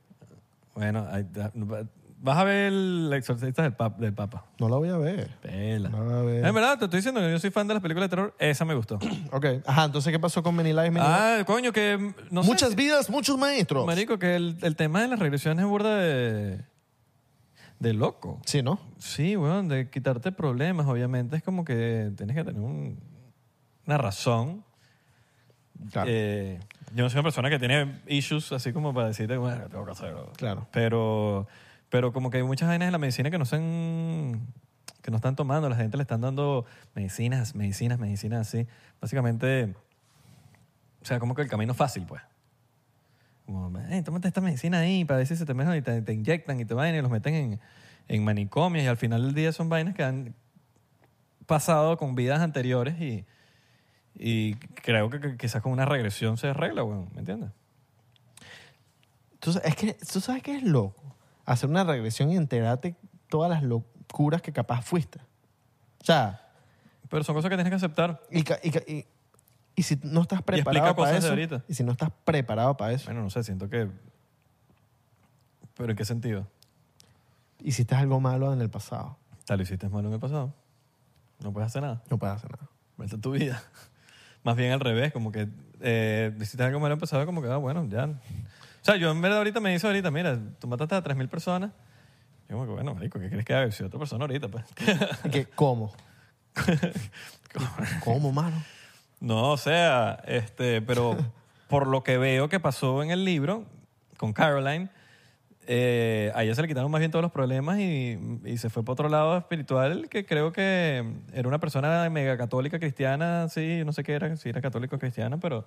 [SPEAKER 2] Bueno, ahí está. vas a ver el exorcista del, pap- del Papa.
[SPEAKER 1] No la voy a ver.
[SPEAKER 2] Pela.
[SPEAKER 1] No la voy a ver.
[SPEAKER 2] En verdad, te estoy diciendo que yo soy fan de las películas de terror. Esa me gustó.
[SPEAKER 1] Ok, ajá, entonces, ¿qué pasó con Many Lives? Many Lives?
[SPEAKER 2] Em. ah, coño, que... No sé,
[SPEAKER 1] Muchas vidas, muchos maestros.
[SPEAKER 2] Marico, que el, el tema de las regresiones es burda de... De loco.
[SPEAKER 1] Sí, ¿no?
[SPEAKER 2] Sí, weón, de quitarte problemas, obviamente. Es como que tienes que tener un- una razón.
[SPEAKER 1] Claro.
[SPEAKER 2] Eh, yo no soy una persona que tiene issues así como para decirte, bueno, tengo que hacerlo.
[SPEAKER 1] Claro.
[SPEAKER 2] Pero, pero como que hay muchas vainas en la medicina que no están, que no están tomando. La gente le están dando medicinas, medicinas, medicinas así. Básicamente, o sea, como que el camino fácil, pues. Como, "Eh, tómate esta medicina ahí para ver si se te mejora y te, te inyectan y te vayan y los meten en, en manicomios y al final del día son vainas que han pasado con vidas anteriores y, y creo que, que quizás con una regresión se arregla, weón, ¿me entiendes?
[SPEAKER 1] Tú, sa- es que, ¿Tú sabes qué es loco? Hacer una regresión y enterarte todas las locuras que capaz fuiste. O sea,
[SPEAKER 2] Pero son cosas que tienes que aceptar.
[SPEAKER 1] y, ca- y ca- y- y si no estás preparado para
[SPEAKER 2] explica cosas de
[SPEAKER 1] eso.
[SPEAKER 2] ahorita.
[SPEAKER 1] Y si no estás preparado para eso.
[SPEAKER 2] Bueno, no sé, siento que... ¿Pero en qué sentido?
[SPEAKER 1] Hiciste algo malo en el pasado.
[SPEAKER 2] Tal lo hiciste malo en el pasado. No puedes hacer nada.
[SPEAKER 1] No puedes hacer nada.
[SPEAKER 2] Vete tu vida. Más bien al revés, como que eh, hiciste algo malo en el pasado, como que, ah, bueno, ya. O sea, yo en verdad ahorita me dice ahorita, mira, tú mataste a 3.000 personas. Yo como que, bueno, marico, ¿qué crees que haga? Si otra persona ahorita, pues.
[SPEAKER 1] Y que, ¿Cómo? ¿Cómo, mano?
[SPEAKER 2] No, o sea, este, pero por lo que veo que pasó en el libro con Caroline, eh, a ella se le quitaron más bien todos los problemas y, y se fue para otro lado espiritual que creo que era una persona mega católica cristiana, sí, no sé qué era, si era católico o cristiana, pero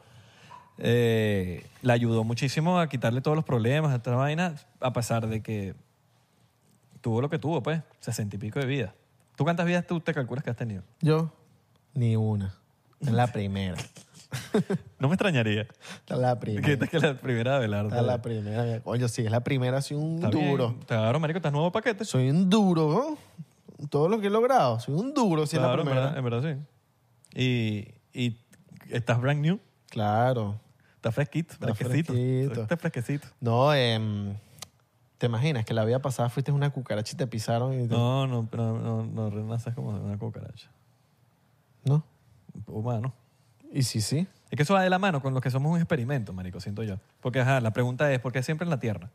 [SPEAKER 2] eh, la ayudó muchísimo a quitarle todos los problemas, a esta vaina, a pesar de que tuvo lo que tuvo, pues, sesenta y pico de vida. ¿Tú cuántas vidas tú te calculas que has tenido?
[SPEAKER 1] Yo, ni una. Es la primera.
[SPEAKER 2] No me extrañaría.
[SPEAKER 1] Es la
[SPEAKER 2] Que
[SPEAKER 1] primera.
[SPEAKER 2] esta es la primera de Abelardo.
[SPEAKER 1] Es la primera. Oye, sí, es la primera. Soy un
[SPEAKER 2] Está bien.
[SPEAKER 1] duro.
[SPEAKER 2] Claro, marico, estás nuevo paquete.
[SPEAKER 1] Soy un duro, ¿no? Todo lo que he logrado. Soy un duro si es
[SPEAKER 2] Claro,
[SPEAKER 1] la
[SPEAKER 2] en
[SPEAKER 1] primera.
[SPEAKER 2] verdad, en verdad sí. Y, y estás brand new,
[SPEAKER 1] Claro.
[SPEAKER 2] estás fresquito,
[SPEAKER 1] Estás
[SPEAKER 2] fresquecito.
[SPEAKER 1] fresquito.
[SPEAKER 2] Estás fresquecito.
[SPEAKER 1] No, em, ¿te imaginas que la vida pasada fuiste una cucaracha y te pisaron? Y te-
[SPEAKER 2] No, no, no, no, no renaces como de una cucaracha.
[SPEAKER 1] ¿No?
[SPEAKER 2] Humano.
[SPEAKER 1] Y sí, sí.
[SPEAKER 2] Es que eso va de la mano con lo que somos un experimento, marico, siento yo. Porque, ajá, la pregunta es, ¿por qué siempre en la Tierra?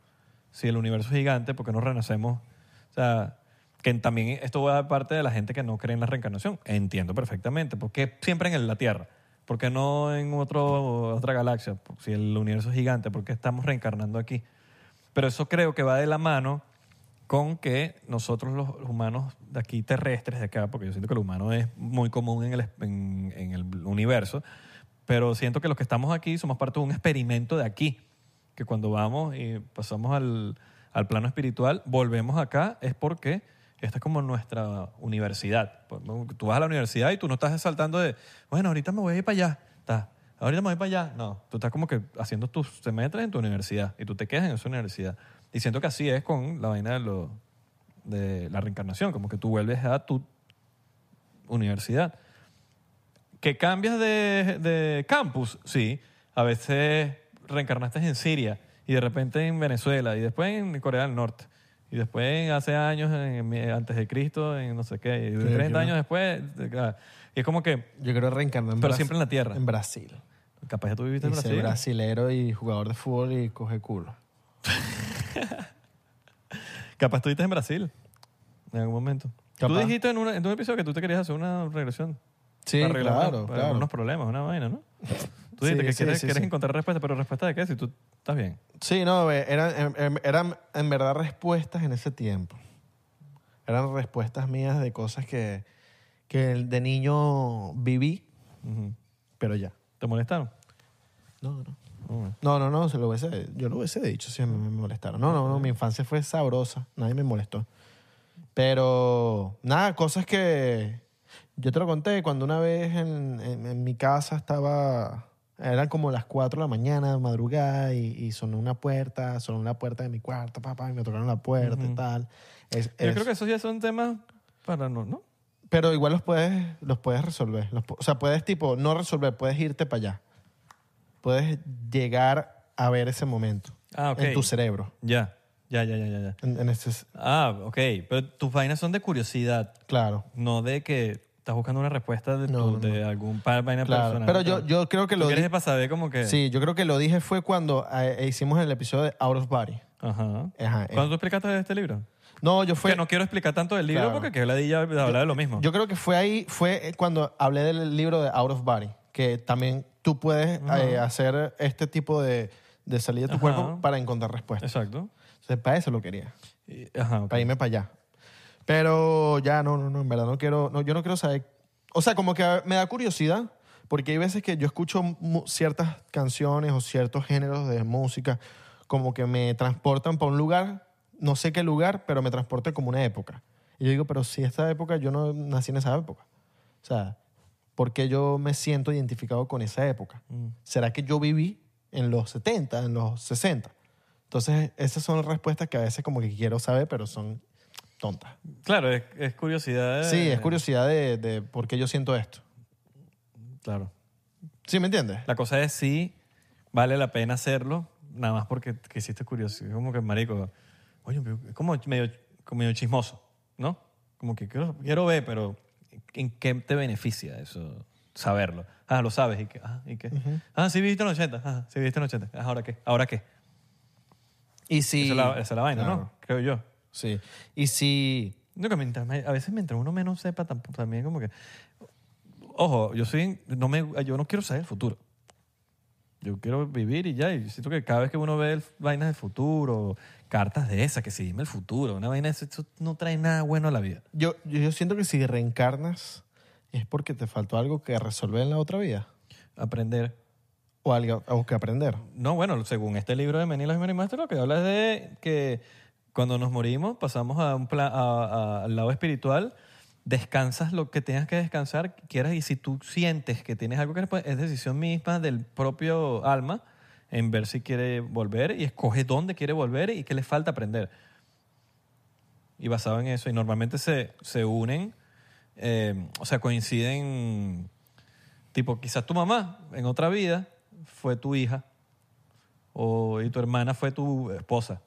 [SPEAKER 2] Si el universo es gigante, ¿por qué no renacemos? O sea, que también esto va de parte de la gente que no cree en la reencarnación. Entiendo perfectamente. ¿Por qué siempre en el- la Tierra? ¿Por qué no en otro, otra galaxia? Por- Si el universo es gigante, ¿por qué estamos reencarnando aquí? Pero eso creo que va de la mano con que nosotros los humanos de aquí terrestres, de acá, porque yo siento que el humano es muy común en el, es- en- en el universo, pero siento que los que estamos aquí somos parte de un experimento de aquí, que cuando vamos y pasamos al, al plano espiritual, volvemos acá, es porque esta es como nuestra universidad. Tú vas a la universidad y tú no estás saltando de, bueno, ahorita me voy a ir para allá, ta, ahorita me voy para allá. No, tú estás como que haciendo tus semestres en tu universidad y tú te quedas en esa universidad. Y siento que así es con la vaina de, lo, de la reencarnación, como que tú vuelves a tu universidad. Que cambias de, de campus, sí. A veces reencarnaste en Siria y de repente en Venezuela y después en Corea del Norte. Y después en hace años, en- en- antes de Cristo, en no sé qué. Y
[SPEAKER 1] Sí,
[SPEAKER 2] 30
[SPEAKER 1] claro.
[SPEAKER 2] años después, de- ah, y es como que,
[SPEAKER 1] Yo creo reencarnar en
[SPEAKER 2] Pero
[SPEAKER 1] Bras-
[SPEAKER 2] siempre en la Tierra.
[SPEAKER 1] En Brasil.
[SPEAKER 2] Capaz ya tú viviste
[SPEAKER 1] Y
[SPEAKER 2] en
[SPEAKER 1] ser
[SPEAKER 2] Brasil.
[SPEAKER 1] brasilero y jugador de fútbol y coge culo.
[SPEAKER 2] Capaz tú viviste en Brasil en algún momento. Tú
[SPEAKER 1] Capaz.
[SPEAKER 2] dijiste en, una- en un episodio que tú te querías hacer una regresión.
[SPEAKER 1] Sí,
[SPEAKER 2] para arreglar
[SPEAKER 1] claro,
[SPEAKER 2] una- para
[SPEAKER 1] claro.
[SPEAKER 2] unos problemas, una vaina, ¿no? Tú dijiste
[SPEAKER 1] Sí,
[SPEAKER 2] que
[SPEAKER 1] sí,
[SPEAKER 2] quieres,
[SPEAKER 1] sí,
[SPEAKER 2] quieres
[SPEAKER 1] sí.
[SPEAKER 2] encontrar respuesta, pero ¿respuesta de qué? Si tú estás bien.
[SPEAKER 1] Sí, no, eh, eran, em, em, eran en verdad respuestas en ese tiempo. Eran respuestas mías de cosas que, que de niño viví,
[SPEAKER 2] Ujú.
[SPEAKER 1] pero ya.
[SPEAKER 2] ¿Te molestaron?
[SPEAKER 1] No, no.
[SPEAKER 2] Ujú.
[SPEAKER 1] No, no, no, se lo hubiese- yo lo hubiese dicho si me, me molestaron. No, no, no, mi infancia fue sabrosa, nadie me molestó. Pero, nada, cosas que yo te lo conté cuando una vez en, en- en mi casa estaba, eran como las 4 de la mañana, madrugada, y, y sonó una puerta, sonó la puerta de mi cuarto, papá, y me tocaron la puerta y
[SPEAKER 2] Ujú.
[SPEAKER 1] tal. Es-
[SPEAKER 2] Yo
[SPEAKER 1] es-
[SPEAKER 2] creo que esos ya son temas para no, ¿no?
[SPEAKER 1] Pero igual los puedes, los puedes resolver. Los pu- o sea, puedes tipo, no resolver, puedes irte para allá. Puedes llegar a ver ese momento
[SPEAKER 2] Ah, ok.
[SPEAKER 1] en tu cerebro.
[SPEAKER 2] Ya, ya, ya, ya, ya. ya.
[SPEAKER 1] En, en ese,
[SPEAKER 2] Ah, ok. Pero tus vainas son de curiosidad,
[SPEAKER 1] claro.
[SPEAKER 2] no de que estás buscando una respuesta de, tu-
[SPEAKER 1] No, no,
[SPEAKER 2] de algún par vaina
[SPEAKER 1] claro.
[SPEAKER 2] Ah, personal.
[SPEAKER 1] Pero yo, yo creo que
[SPEAKER 2] Tú
[SPEAKER 1] lo
[SPEAKER 2] quieres
[SPEAKER 1] dije.
[SPEAKER 2] es para saber como que...
[SPEAKER 1] Sí, yo creo que lo dije fue cuando eh, hicimos el episodio de Out of Body.
[SPEAKER 2] Ajá.
[SPEAKER 1] Ajá, eh.
[SPEAKER 2] ¿Cuándo tú explicaste de este libro?
[SPEAKER 1] No, yo fue.
[SPEAKER 2] que no quiero explicar tanto del libro
[SPEAKER 1] Claro.
[SPEAKER 2] porque que ladilla de hablar de lo mismo.
[SPEAKER 1] Yo creo que fue ahí, fue eh, cuando hablé del libro de Out of Body, que también tú puedes eh, hacer este tipo de, de salida de tu
[SPEAKER 2] Ajá.
[SPEAKER 1] cuerpo para encontrar respuestas.
[SPEAKER 2] Exacto.
[SPEAKER 1] Entonces, para eso lo quería.
[SPEAKER 2] Y- Ajá, Ah, ok.
[SPEAKER 1] para irme para allá. Pero ya, no, no, no, en verdad no quiero, no, yo no quiero saber. O sea, como que me da curiosidad, porque hay veces que yo escucho mu- ciertas canciones o ciertos géneros de música, como que me transportan para un lugar, no sé qué lugar, pero me transporta como una época. Y yo digo, pero si esta época, yo no nací en esa época. O sea, ¿por qué yo me siento identificado con esa época?
[SPEAKER 2] Mm.
[SPEAKER 1] ¿Será que yo viví en los 70, en los 60? Entonces, esas son respuestas que a veces como que quiero saber, pero son tontas.
[SPEAKER 2] Claro, es, es curiosidad. eh, de-
[SPEAKER 1] Sí, eh. es curiosidad de, de por qué yo siento esto.
[SPEAKER 2] Claro.
[SPEAKER 1] ¿Sí me entiendes?
[SPEAKER 2] La cosa es si vale la pena hacerlo, nada más porque que hiciste curiosidad. Como que, marico, oye, pero es como medio, como medio chismoso, ¿no? Como que quiero, quiero ver, pero ¿en qué te beneficia eso? Saberlo. Ah, lo sabes. ¿Y qué? Ah, ¿y qué? ah sí viviste en los 80. Ah, sí viviste en los 80. Ah, ¿Ahora qué? ¿Ahora qué?
[SPEAKER 1] Y si...
[SPEAKER 2] Esa es la, esa es la vaina, ¿no?
[SPEAKER 1] Claro.
[SPEAKER 2] Creo yo.
[SPEAKER 1] Sí. Y si...
[SPEAKER 2] No, que mientras me- a veces mientras uno menos sepa, tampoco, también como que... Ojo, yo soy, no me, yo no quiero saber el futuro. Yo quiero vivir y ya. Y siento que cada vez que uno ve el- vainas del futuro, cartas de esas, que si dime el futuro, una vaina de esas, eso no trae nada bueno a la vida.
[SPEAKER 1] Yo, yo, yo siento que si reencarnas es porque te faltó algo que resolver en la otra vida
[SPEAKER 2] Aprender.
[SPEAKER 1] o algo, algo que aprender.
[SPEAKER 2] No, bueno, según este libro de Menila Jiménez Master, lo que habla es de que cuando nos morimos pasamos a un pla- a- a- al lado espiritual, descansas lo que tengas que descansar, quieras, y si tú sientes que tienes algo que respo- es decisión misma del propio alma en ver si quiere volver y escoge dónde quiere volver y qué le falta aprender. Y basado en eso, y normalmente se, se unen, eh, o sea, coinciden, tipo, quizás tu mamá en otra vida fue tu hija o, y tu hermana fue tu esposa.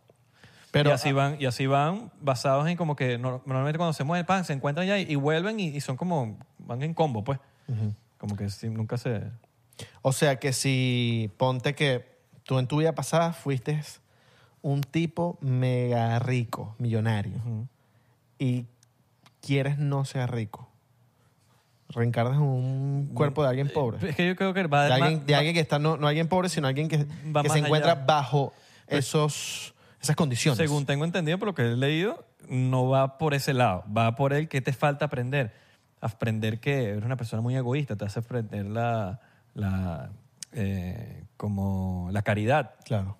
[SPEAKER 1] Pero, ah,
[SPEAKER 2] y, así van, y así van basados en como que no- normalmente cuando se mueven, pan, se encuentran ya y, y vuelven y, y son como, van en combo, pues. Como que sí, nunca se...
[SPEAKER 1] O sea que si ponte que tú en tu vida pasada fuiste un tipo mega rico, millonario, y quieres no ser rico, reencarnas en un cuerpo de alguien pobre.
[SPEAKER 2] Es que yo creo que va
[SPEAKER 1] De alguien,
[SPEAKER 2] eh, pues, va-
[SPEAKER 1] de alguien que está, no, no alguien pobre, sino alguien que,
[SPEAKER 2] Va
[SPEAKER 1] que
[SPEAKER 2] más
[SPEAKER 1] se encuentra
[SPEAKER 2] allá. Pues,
[SPEAKER 1] bajo esos, esas condiciones.
[SPEAKER 2] Según tengo entendido por lo que he leído, no va por ese lado, va por el que te falta aprender. Aprender que eres una persona muy egoísta, te hace aprender la, la, eh, como la caridad.
[SPEAKER 1] Claro.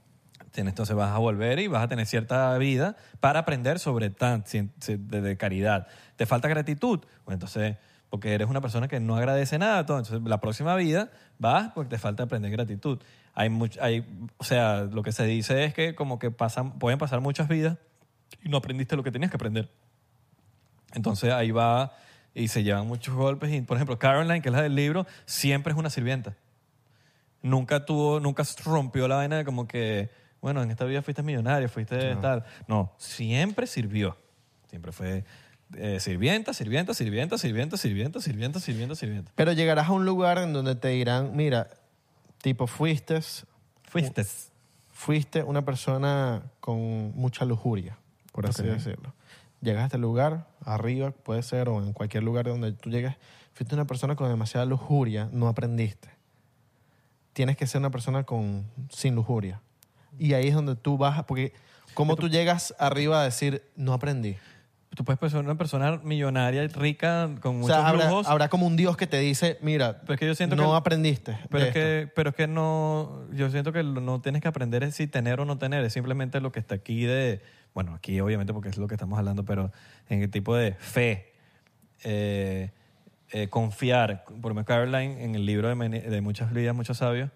[SPEAKER 2] Tienes- Entonces vas a volver y vas a tener cierta vida para aprender sobre tan cien- cien- de, de caridad. ¿Te falta gratitud? Bueno, entonces, porque eres una persona que no agradece nada, todo. entonces la próxima vida vas porque te falta aprender gratitud. Hay much- hay, o sea, lo que se dice es que como que pasan, pueden pasar muchas vidas y no aprendiste lo que tenías que aprender. Entonces ahí va y se llevan muchos golpes. Y, por ejemplo, Caroline, que es la del libro, siempre es una sirvienta. Nunca tuvo, nunca rompió la vaina de como que, bueno, en esta vida fuiste millonario, fuiste tal. No, siempre sirvió. Siempre fue eh, sirvienta, sirvienta, sirvienta, sirvienta, sirvienta, sirvienta, sirvienta, sirvienta.
[SPEAKER 1] Pero llegarás a un lugar en donde te dirán, mira, Tipo, fuiste,
[SPEAKER 2] Fuiste.
[SPEAKER 1] fuiste una persona con mucha lujuria, por así
[SPEAKER 2] Ok.
[SPEAKER 1] decirlo. Llegas a este lugar, arriba puede ser, o en cualquier lugar donde tú llegas, fuiste una persona con demasiada lujuria, no aprendiste. Tienes que ser una persona con, sin lujuria. Y ahí es donde tú bajas, porque ¿cómo tú llegas arriba a decir, no aprendí?
[SPEAKER 2] Tú puedes ser una persona millonaria y rica con
[SPEAKER 1] O
[SPEAKER 2] muchos
[SPEAKER 1] sea, habrá,
[SPEAKER 2] lujos.
[SPEAKER 1] habrá como un Dios que te dice, mira,
[SPEAKER 2] Pero es que yo siento
[SPEAKER 1] no
[SPEAKER 2] que-
[SPEAKER 1] aprendiste.
[SPEAKER 2] Pero
[SPEAKER 1] de
[SPEAKER 2] es,
[SPEAKER 1] esto".
[SPEAKER 2] que, pero es que no, yo siento que lo- no tienes que aprender es si tener o no tener, es simplemente lo que está aquí de, bueno, aquí obviamente porque es lo que estamos hablando, pero en el tipo de fe, eh, eh, confiar, por lo menos Caroline en el libro de, Meni- de Muchas Vidas, Muchos Sabios,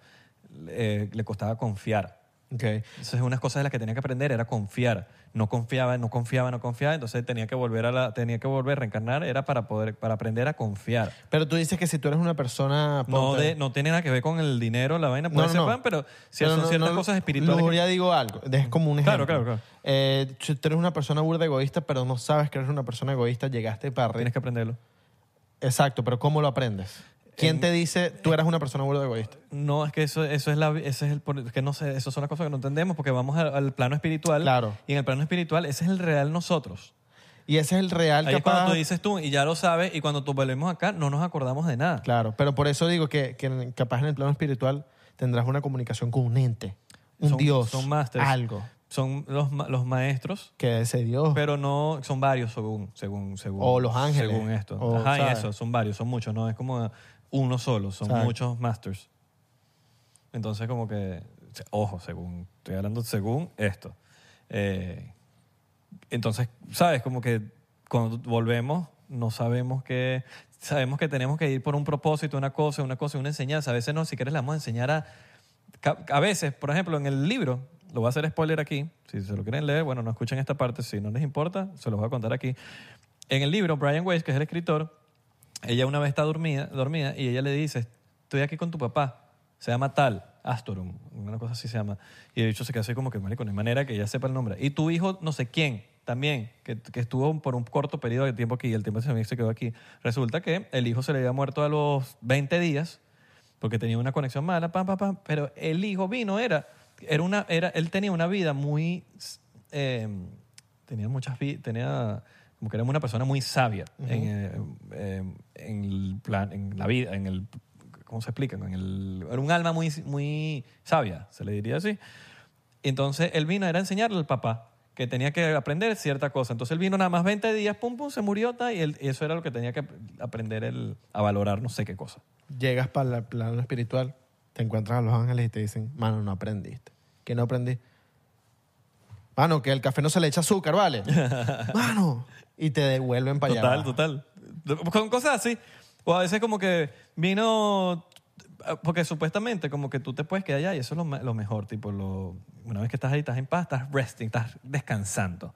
[SPEAKER 2] eh, le costaba confiar.
[SPEAKER 1] Ok.
[SPEAKER 2] Entonces, unas cosas de las que tenía que aprender era confiar. No confiaba, no confiaba, no confiaba. Entonces, tenía que volver a la, tenía que volver a reencarnar. Era para poder, para aprender a confiar.
[SPEAKER 1] Pero tú dices que si tú eres una persona...
[SPEAKER 2] No,
[SPEAKER 1] ponte-
[SPEAKER 2] de- no tiene nada que ver con el dinero, la vaina,
[SPEAKER 1] No,
[SPEAKER 2] puede
[SPEAKER 1] no,
[SPEAKER 2] ser
[SPEAKER 1] no.
[SPEAKER 2] pan, pero si
[SPEAKER 1] No,
[SPEAKER 2] son
[SPEAKER 1] no,
[SPEAKER 2] ciertas
[SPEAKER 1] no,
[SPEAKER 2] cosas espirituales. que-
[SPEAKER 1] Lujuria digo algo, es como un
[SPEAKER 2] Claro,
[SPEAKER 1] ejemplo.
[SPEAKER 2] claro, claro.
[SPEAKER 1] Eh, si tú eres una persona burda egoísta, pero no sabes que eres una persona egoísta, llegaste para arriba.
[SPEAKER 2] tienes que aprenderlo.
[SPEAKER 1] Exacto, pero ¿cómo lo aprendes? ¿Quién te dice tú eras una persona burda egoísta?
[SPEAKER 2] No, es que eso, eso es la, ese es el, por- es que no sé, eso son las cosas que no entendemos porque vamos al, al plano espiritual.
[SPEAKER 1] Claro.
[SPEAKER 2] Y en el plano espiritual, ese es el real nosotros.
[SPEAKER 1] Y ese es el real
[SPEAKER 2] Ahí es
[SPEAKER 1] capaz.
[SPEAKER 2] cuando tú dices tú y ya lo sabes y cuando tú volvemos acá no nos acordamos de nada.
[SPEAKER 1] Claro, pero por eso digo que, que en- capaz en el plano espiritual tendrás una comunicación con un ente, un
[SPEAKER 2] Son-
[SPEAKER 1] dios,
[SPEAKER 2] son masters.
[SPEAKER 1] algo.
[SPEAKER 2] Son los, ma- los maestros,
[SPEAKER 1] Que ese dios.
[SPEAKER 2] pero no, son varios según, según, según.
[SPEAKER 1] Oh. O los ángeles,
[SPEAKER 2] Según esto.
[SPEAKER 1] o,
[SPEAKER 2] Ajá, y
[SPEAKER 1] ¿sabes?
[SPEAKER 2] eso, son varios, son muchos, no es como uno solo, son
[SPEAKER 1] ¿Sabes?
[SPEAKER 2] muchos masters. Entonces como que, ojo, según, estoy hablando según esto. Eh, entonces, ¿sabes? Como que cuando volvemos no sabemos que sabemos que tenemos que ir por un propósito, una cosa, una cosa, una enseñanza. A veces no, si quieres la vamos a enseñar a... ca- A veces, por ejemplo, en el libro, lo voy a hacer spoiler aquí, si se lo quieren leer, bueno, no escuchen esta parte, si no les importa, se los voy a contar aquí. En el libro, Brian Weiss, que es el escritor, ella una vez está dormida, dormida y ella le dice, estoy aquí con tu papá, se llama tal, Astorum, una cosa así se llama. Y de hecho se queda así como que, marico, no hay manera que ella sepa el nombre. Y tu hijo, no sé quién, también, que, que estuvo por un corto periodo de tiempo aquí, y el tiempo también se quedó aquí. Resulta que el hijo se le había muerto a los 20 días porque tenía una conexión mala, pam, pam, pam. Pero el hijo vino, era, era una, era, él tenía una vida muy, eh, tenía muchas vidas, tenía, como que era una persona muy sabia en, eh, eh, en el plan, en la vida, en el, ¿cómo se explica? En el, era un alma muy, muy sabia, se le diría así. Entonces él vino era a enseñarle al papá que tenía que aprender cierta cosa. Entonces él vino nada más 20 días, pum, pum, se murió, ta, y, él- y eso era lo que tenía que ap- aprender él a valorar no sé qué cosa.
[SPEAKER 1] Llegas para el plano espiritual, te encuentras a los ángeles y te dicen, mano, no aprendiste. ¿Qué no aprendí? Mano, que el café no se le echa azúcar, ¿vale? mano. Y te devuelven para allá. abajo.
[SPEAKER 2] Total, total. Con cosas así. O a veces como que vino... Porque supuestamente como que tú te puedes quedar allá y eso es lo, me- lo mejor. Tipo, lo, una vez que estás ahí, estás en paz, estás resting, estás descansando.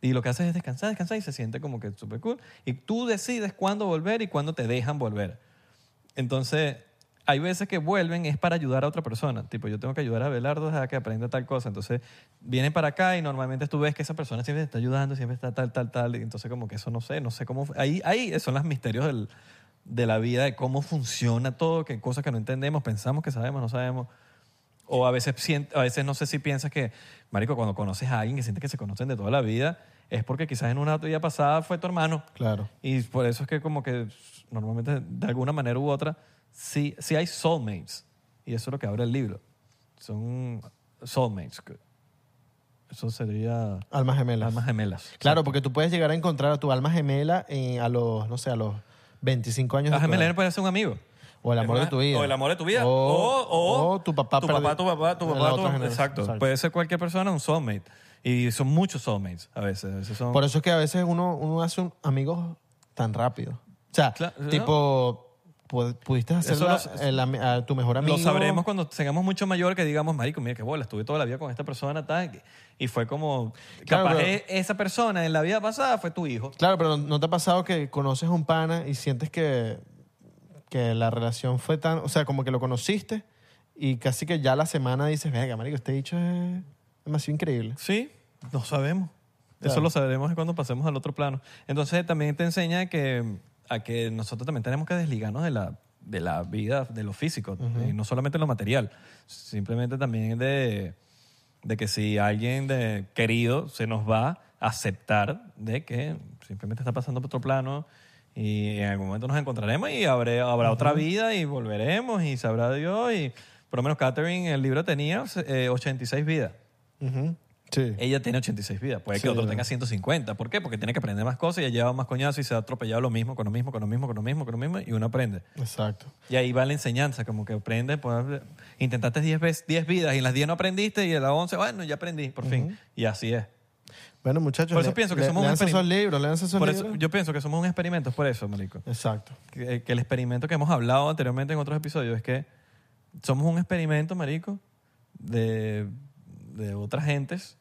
[SPEAKER 2] Y lo que haces es descansar, descansar y se siente como que súper cool. Y tú decides cuándo volver y cuándo te dejan volver. Entonces, hay veces que vuelven es para ayudar a otra persona. Tipo, yo tengo que ayudar a Belardo a que aprenda tal cosa. Entonces, vienen para acá y normalmente tú ves que esa persona siempre te está ayudando, siempre está tal, tal, tal. Y entonces, como que eso no sé, no sé cómo. Ahí, ahí son los misterios del- de la vida, de cómo funciona todo, que cosas que no entendemos, pensamos que sabemos, no sabemos. O a veces, sient- a veces no sé si piensas que, Marico, cuando conoces a alguien que sientes que se conocen de toda la vida, es porque quizás en una vida pasada fue tu hermano.
[SPEAKER 1] Claro.
[SPEAKER 2] Y por eso es que como que normalmente de alguna manera u otra sí, sí hay soulmates. Y eso es lo que abre el libro. Son soulmates. que- Eso sería
[SPEAKER 1] Almas gemelas.
[SPEAKER 2] almas gemelas.
[SPEAKER 1] Claro, porque tú puedes llegar a encontrar a tu alma gemela eh, a los, no sé, a los 25 años.
[SPEAKER 2] La
[SPEAKER 1] de tu edad.
[SPEAKER 2] gemela puede ser un amigo.
[SPEAKER 1] O el amor
[SPEAKER 2] Es
[SPEAKER 1] de
[SPEAKER 2] más,
[SPEAKER 1] tu vida.
[SPEAKER 2] O el amor de tu vida.
[SPEAKER 1] O-
[SPEAKER 2] O, o
[SPEAKER 1] o tu papá
[SPEAKER 2] Tu
[SPEAKER 1] perdido.
[SPEAKER 2] papá, tu papá, tu
[SPEAKER 1] En la
[SPEAKER 2] papá. tu-
[SPEAKER 1] otra generación.
[SPEAKER 2] exacto.
[SPEAKER 1] Exacto.
[SPEAKER 2] Puede ser cualquier persona un soulmate. Y son muchos soulmates a veces. A veces son...
[SPEAKER 1] Por eso es que a veces uno, uno hace un- amigos tan rápido. O sea,
[SPEAKER 2] Cla-
[SPEAKER 1] tipo, pu- pudiste hacer
[SPEAKER 2] Eso
[SPEAKER 1] la-
[SPEAKER 2] lo-
[SPEAKER 1] el ami- a tu mejor amigo.
[SPEAKER 2] Lo sabremos cuando tengamos mucho mayor que digamos, marico, mira qué bola, estuve toda la vida con esta persona tal, y fue como,
[SPEAKER 1] Claro,
[SPEAKER 2] capaz
[SPEAKER 1] pero-
[SPEAKER 2] e- esa persona en la vida pasada fue tu hijo.
[SPEAKER 1] Claro, pero ¿no te ha pasado que conoces a un pana y sientes que, que la relación fue tan... O sea, como que lo conociste y casi que ya la semana dices, venga, marico, este dicho es demasiado increíble.
[SPEAKER 2] Sí, no sabemos. Eso
[SPEAKER 1] Claro.
[SPEAKER 2] lo sabremos cuando pasemos al otro plano. Entonces también te enseña que, a que nosotros también tenemos que desligarnos de la, de la vida, de lo físico, y no solamente lo material, simplemente también de, de que si alguien de, querido se nos va, aceptar de que simplemente está pasando por otro plano y en algún momento nos encontraremos y habré- habrá otra vida y volveremos y sabrá Dios y por lo menos Catherine en el libro tenía eh, 86 vidas.
[SPEAKER 1] Ujú. Sí.
[SPEAKER 2] Ella tiene 86 vidas. Puede
[SPEAKER 1] Sí,
[SPEAKER 2] que otro
[SPEAKER 1] claro.
[SPEAKER 2] tenga 150. ¿Por qué? Porque tiene que aprender más cosas y ha llevado más coñazos y se ha atropellado lo mismo, con lo mismo, con lo mismo, con lo mismo, con lo mismo y uno aprende.
[SPEAKER 1] Exacto.
[SPEAKER 2] Y ahí va la enseñanza, como que aprende, pues, intentaste 10 veces, 10 vidas y en las 10 no aprendiste y en las 11, bueno, ya aprendí, por fin. Y así es.
[SPEAKER 1] Bueno, muchachos.
[SPEAKER 2] Por eso
[SPEAKER 1] le-
[SPEAKER 2] pienso que
[SPEAKER 1] le-
[SPEAKER 2] somos un
[SPEAKER 1] leanse esos
[SPEAKER 2] experim-
[SPEAKER 1] libros, leanse esos
[SPEAKER 2] Por
[SPEAKER 1] libros.
[SPEAKER 2] eso, yo pienso que somos un experimento, es por eso, marico.
[SPEAKER 1] Exacto.
[SPEAKER 2] Que, que el experimento que hemos hablado anteriormente en otros episodios es que somos un experimento, marico, de, de otras gentes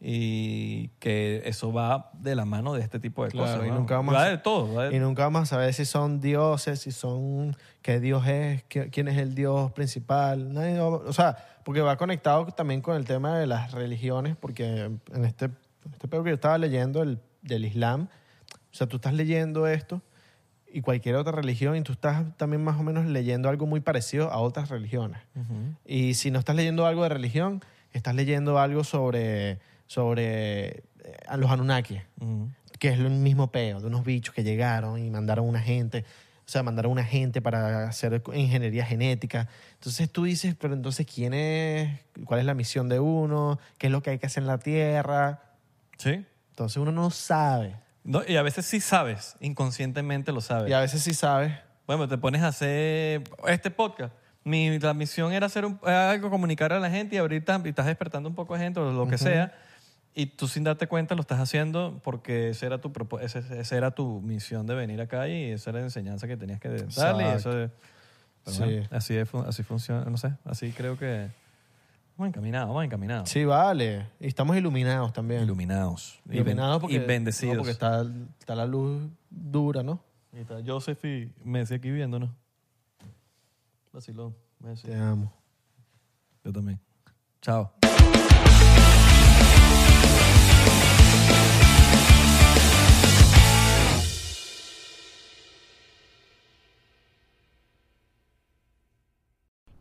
[SPEAKER 2] y que eso va de la mano de este tipo de
[SPEAKER 1] Claro,
[SPEAKER 2] cosas.
[SPEAKER 1] y
[SPEAKER 2] ¿no?
[SPEAKER 1] nunca vamos a-
[SPEAKER 2] va de todo. va de-
[SPEAKER 1] Y nunca vamos a saber si son dioses, si son. qué dios es, qué- quién es el dios principal. Nadie va- o sea, porque va conectado también con el tema de las religiones, porque en este, en este pedo que yo estaba leyendo el, del Islam, o sea, tú estás leyendo esto y cualquier otra religión y tú estás también más o menos leyendo algo muy parecido a otras religiones. Y si no estás leyendo algo de religión, estás leyendo algo sobre, sobre eh, a los Anunnaki
[SPEAKER 2] Ujú.
[SPEAKER 1] que es el mismo peo de unos bichos que llegaron y mandaron una gente, o sea, mandaron una gente para hacer ingeniería genética. Entonces tú dices, pero entonces quién es, cuál es la misión de uno, qué es lo que hay que hacer en la Tierra.
[SPEAKER 2] Sí.
[SPEAKER 1] Entonces uno no sabe.
[SPEAKER 2] No, y a veces sí sabes, inconscientemente lo sabes.
[SPEAKER 1] Y a veces sí sabes.
[SPEAKER 2] Bueno, te pones a hacer este podcast. Mi, la misión era hacer un- algo, comunicar a la gente y ahorita y estás despertando un poco de gente o lo que sea. Y tú sin darte cuenta lo estás haciendo porque ese era tu propo- ese- ese- esa era tu misión de venir acá y esa era la enseñanza que tenías que darle. Y
[SPEAKER 1] Exacto.
[SPEAKER 2] eso es- pero
[SPEAKER 1] Sí.
[SPEAKER 2] bueno, así, es fun- así funciona, no sé, así creo que vamos encaminados, vamos encaminados.
[SPEAKER 1] Sí, vale. Y estamos iluminados también.
[SPEAKER 2] Iluminados. Y ben-
[SPEAKER 1] Iluminados porque,
[SPEAKER 2] Y
[SPEAKER 1] no,
[SPEAKER 2] bendecidos.
[SPEAKER 1] porque está, está la luz dura, ¿no?
[SPEAKER 2] Y está Joseph y Messi aquí viéndonos. Vacilón, Messi.
[SPEAKER 1] Te amo.
[SPEAKER 2] Yo también. Chao.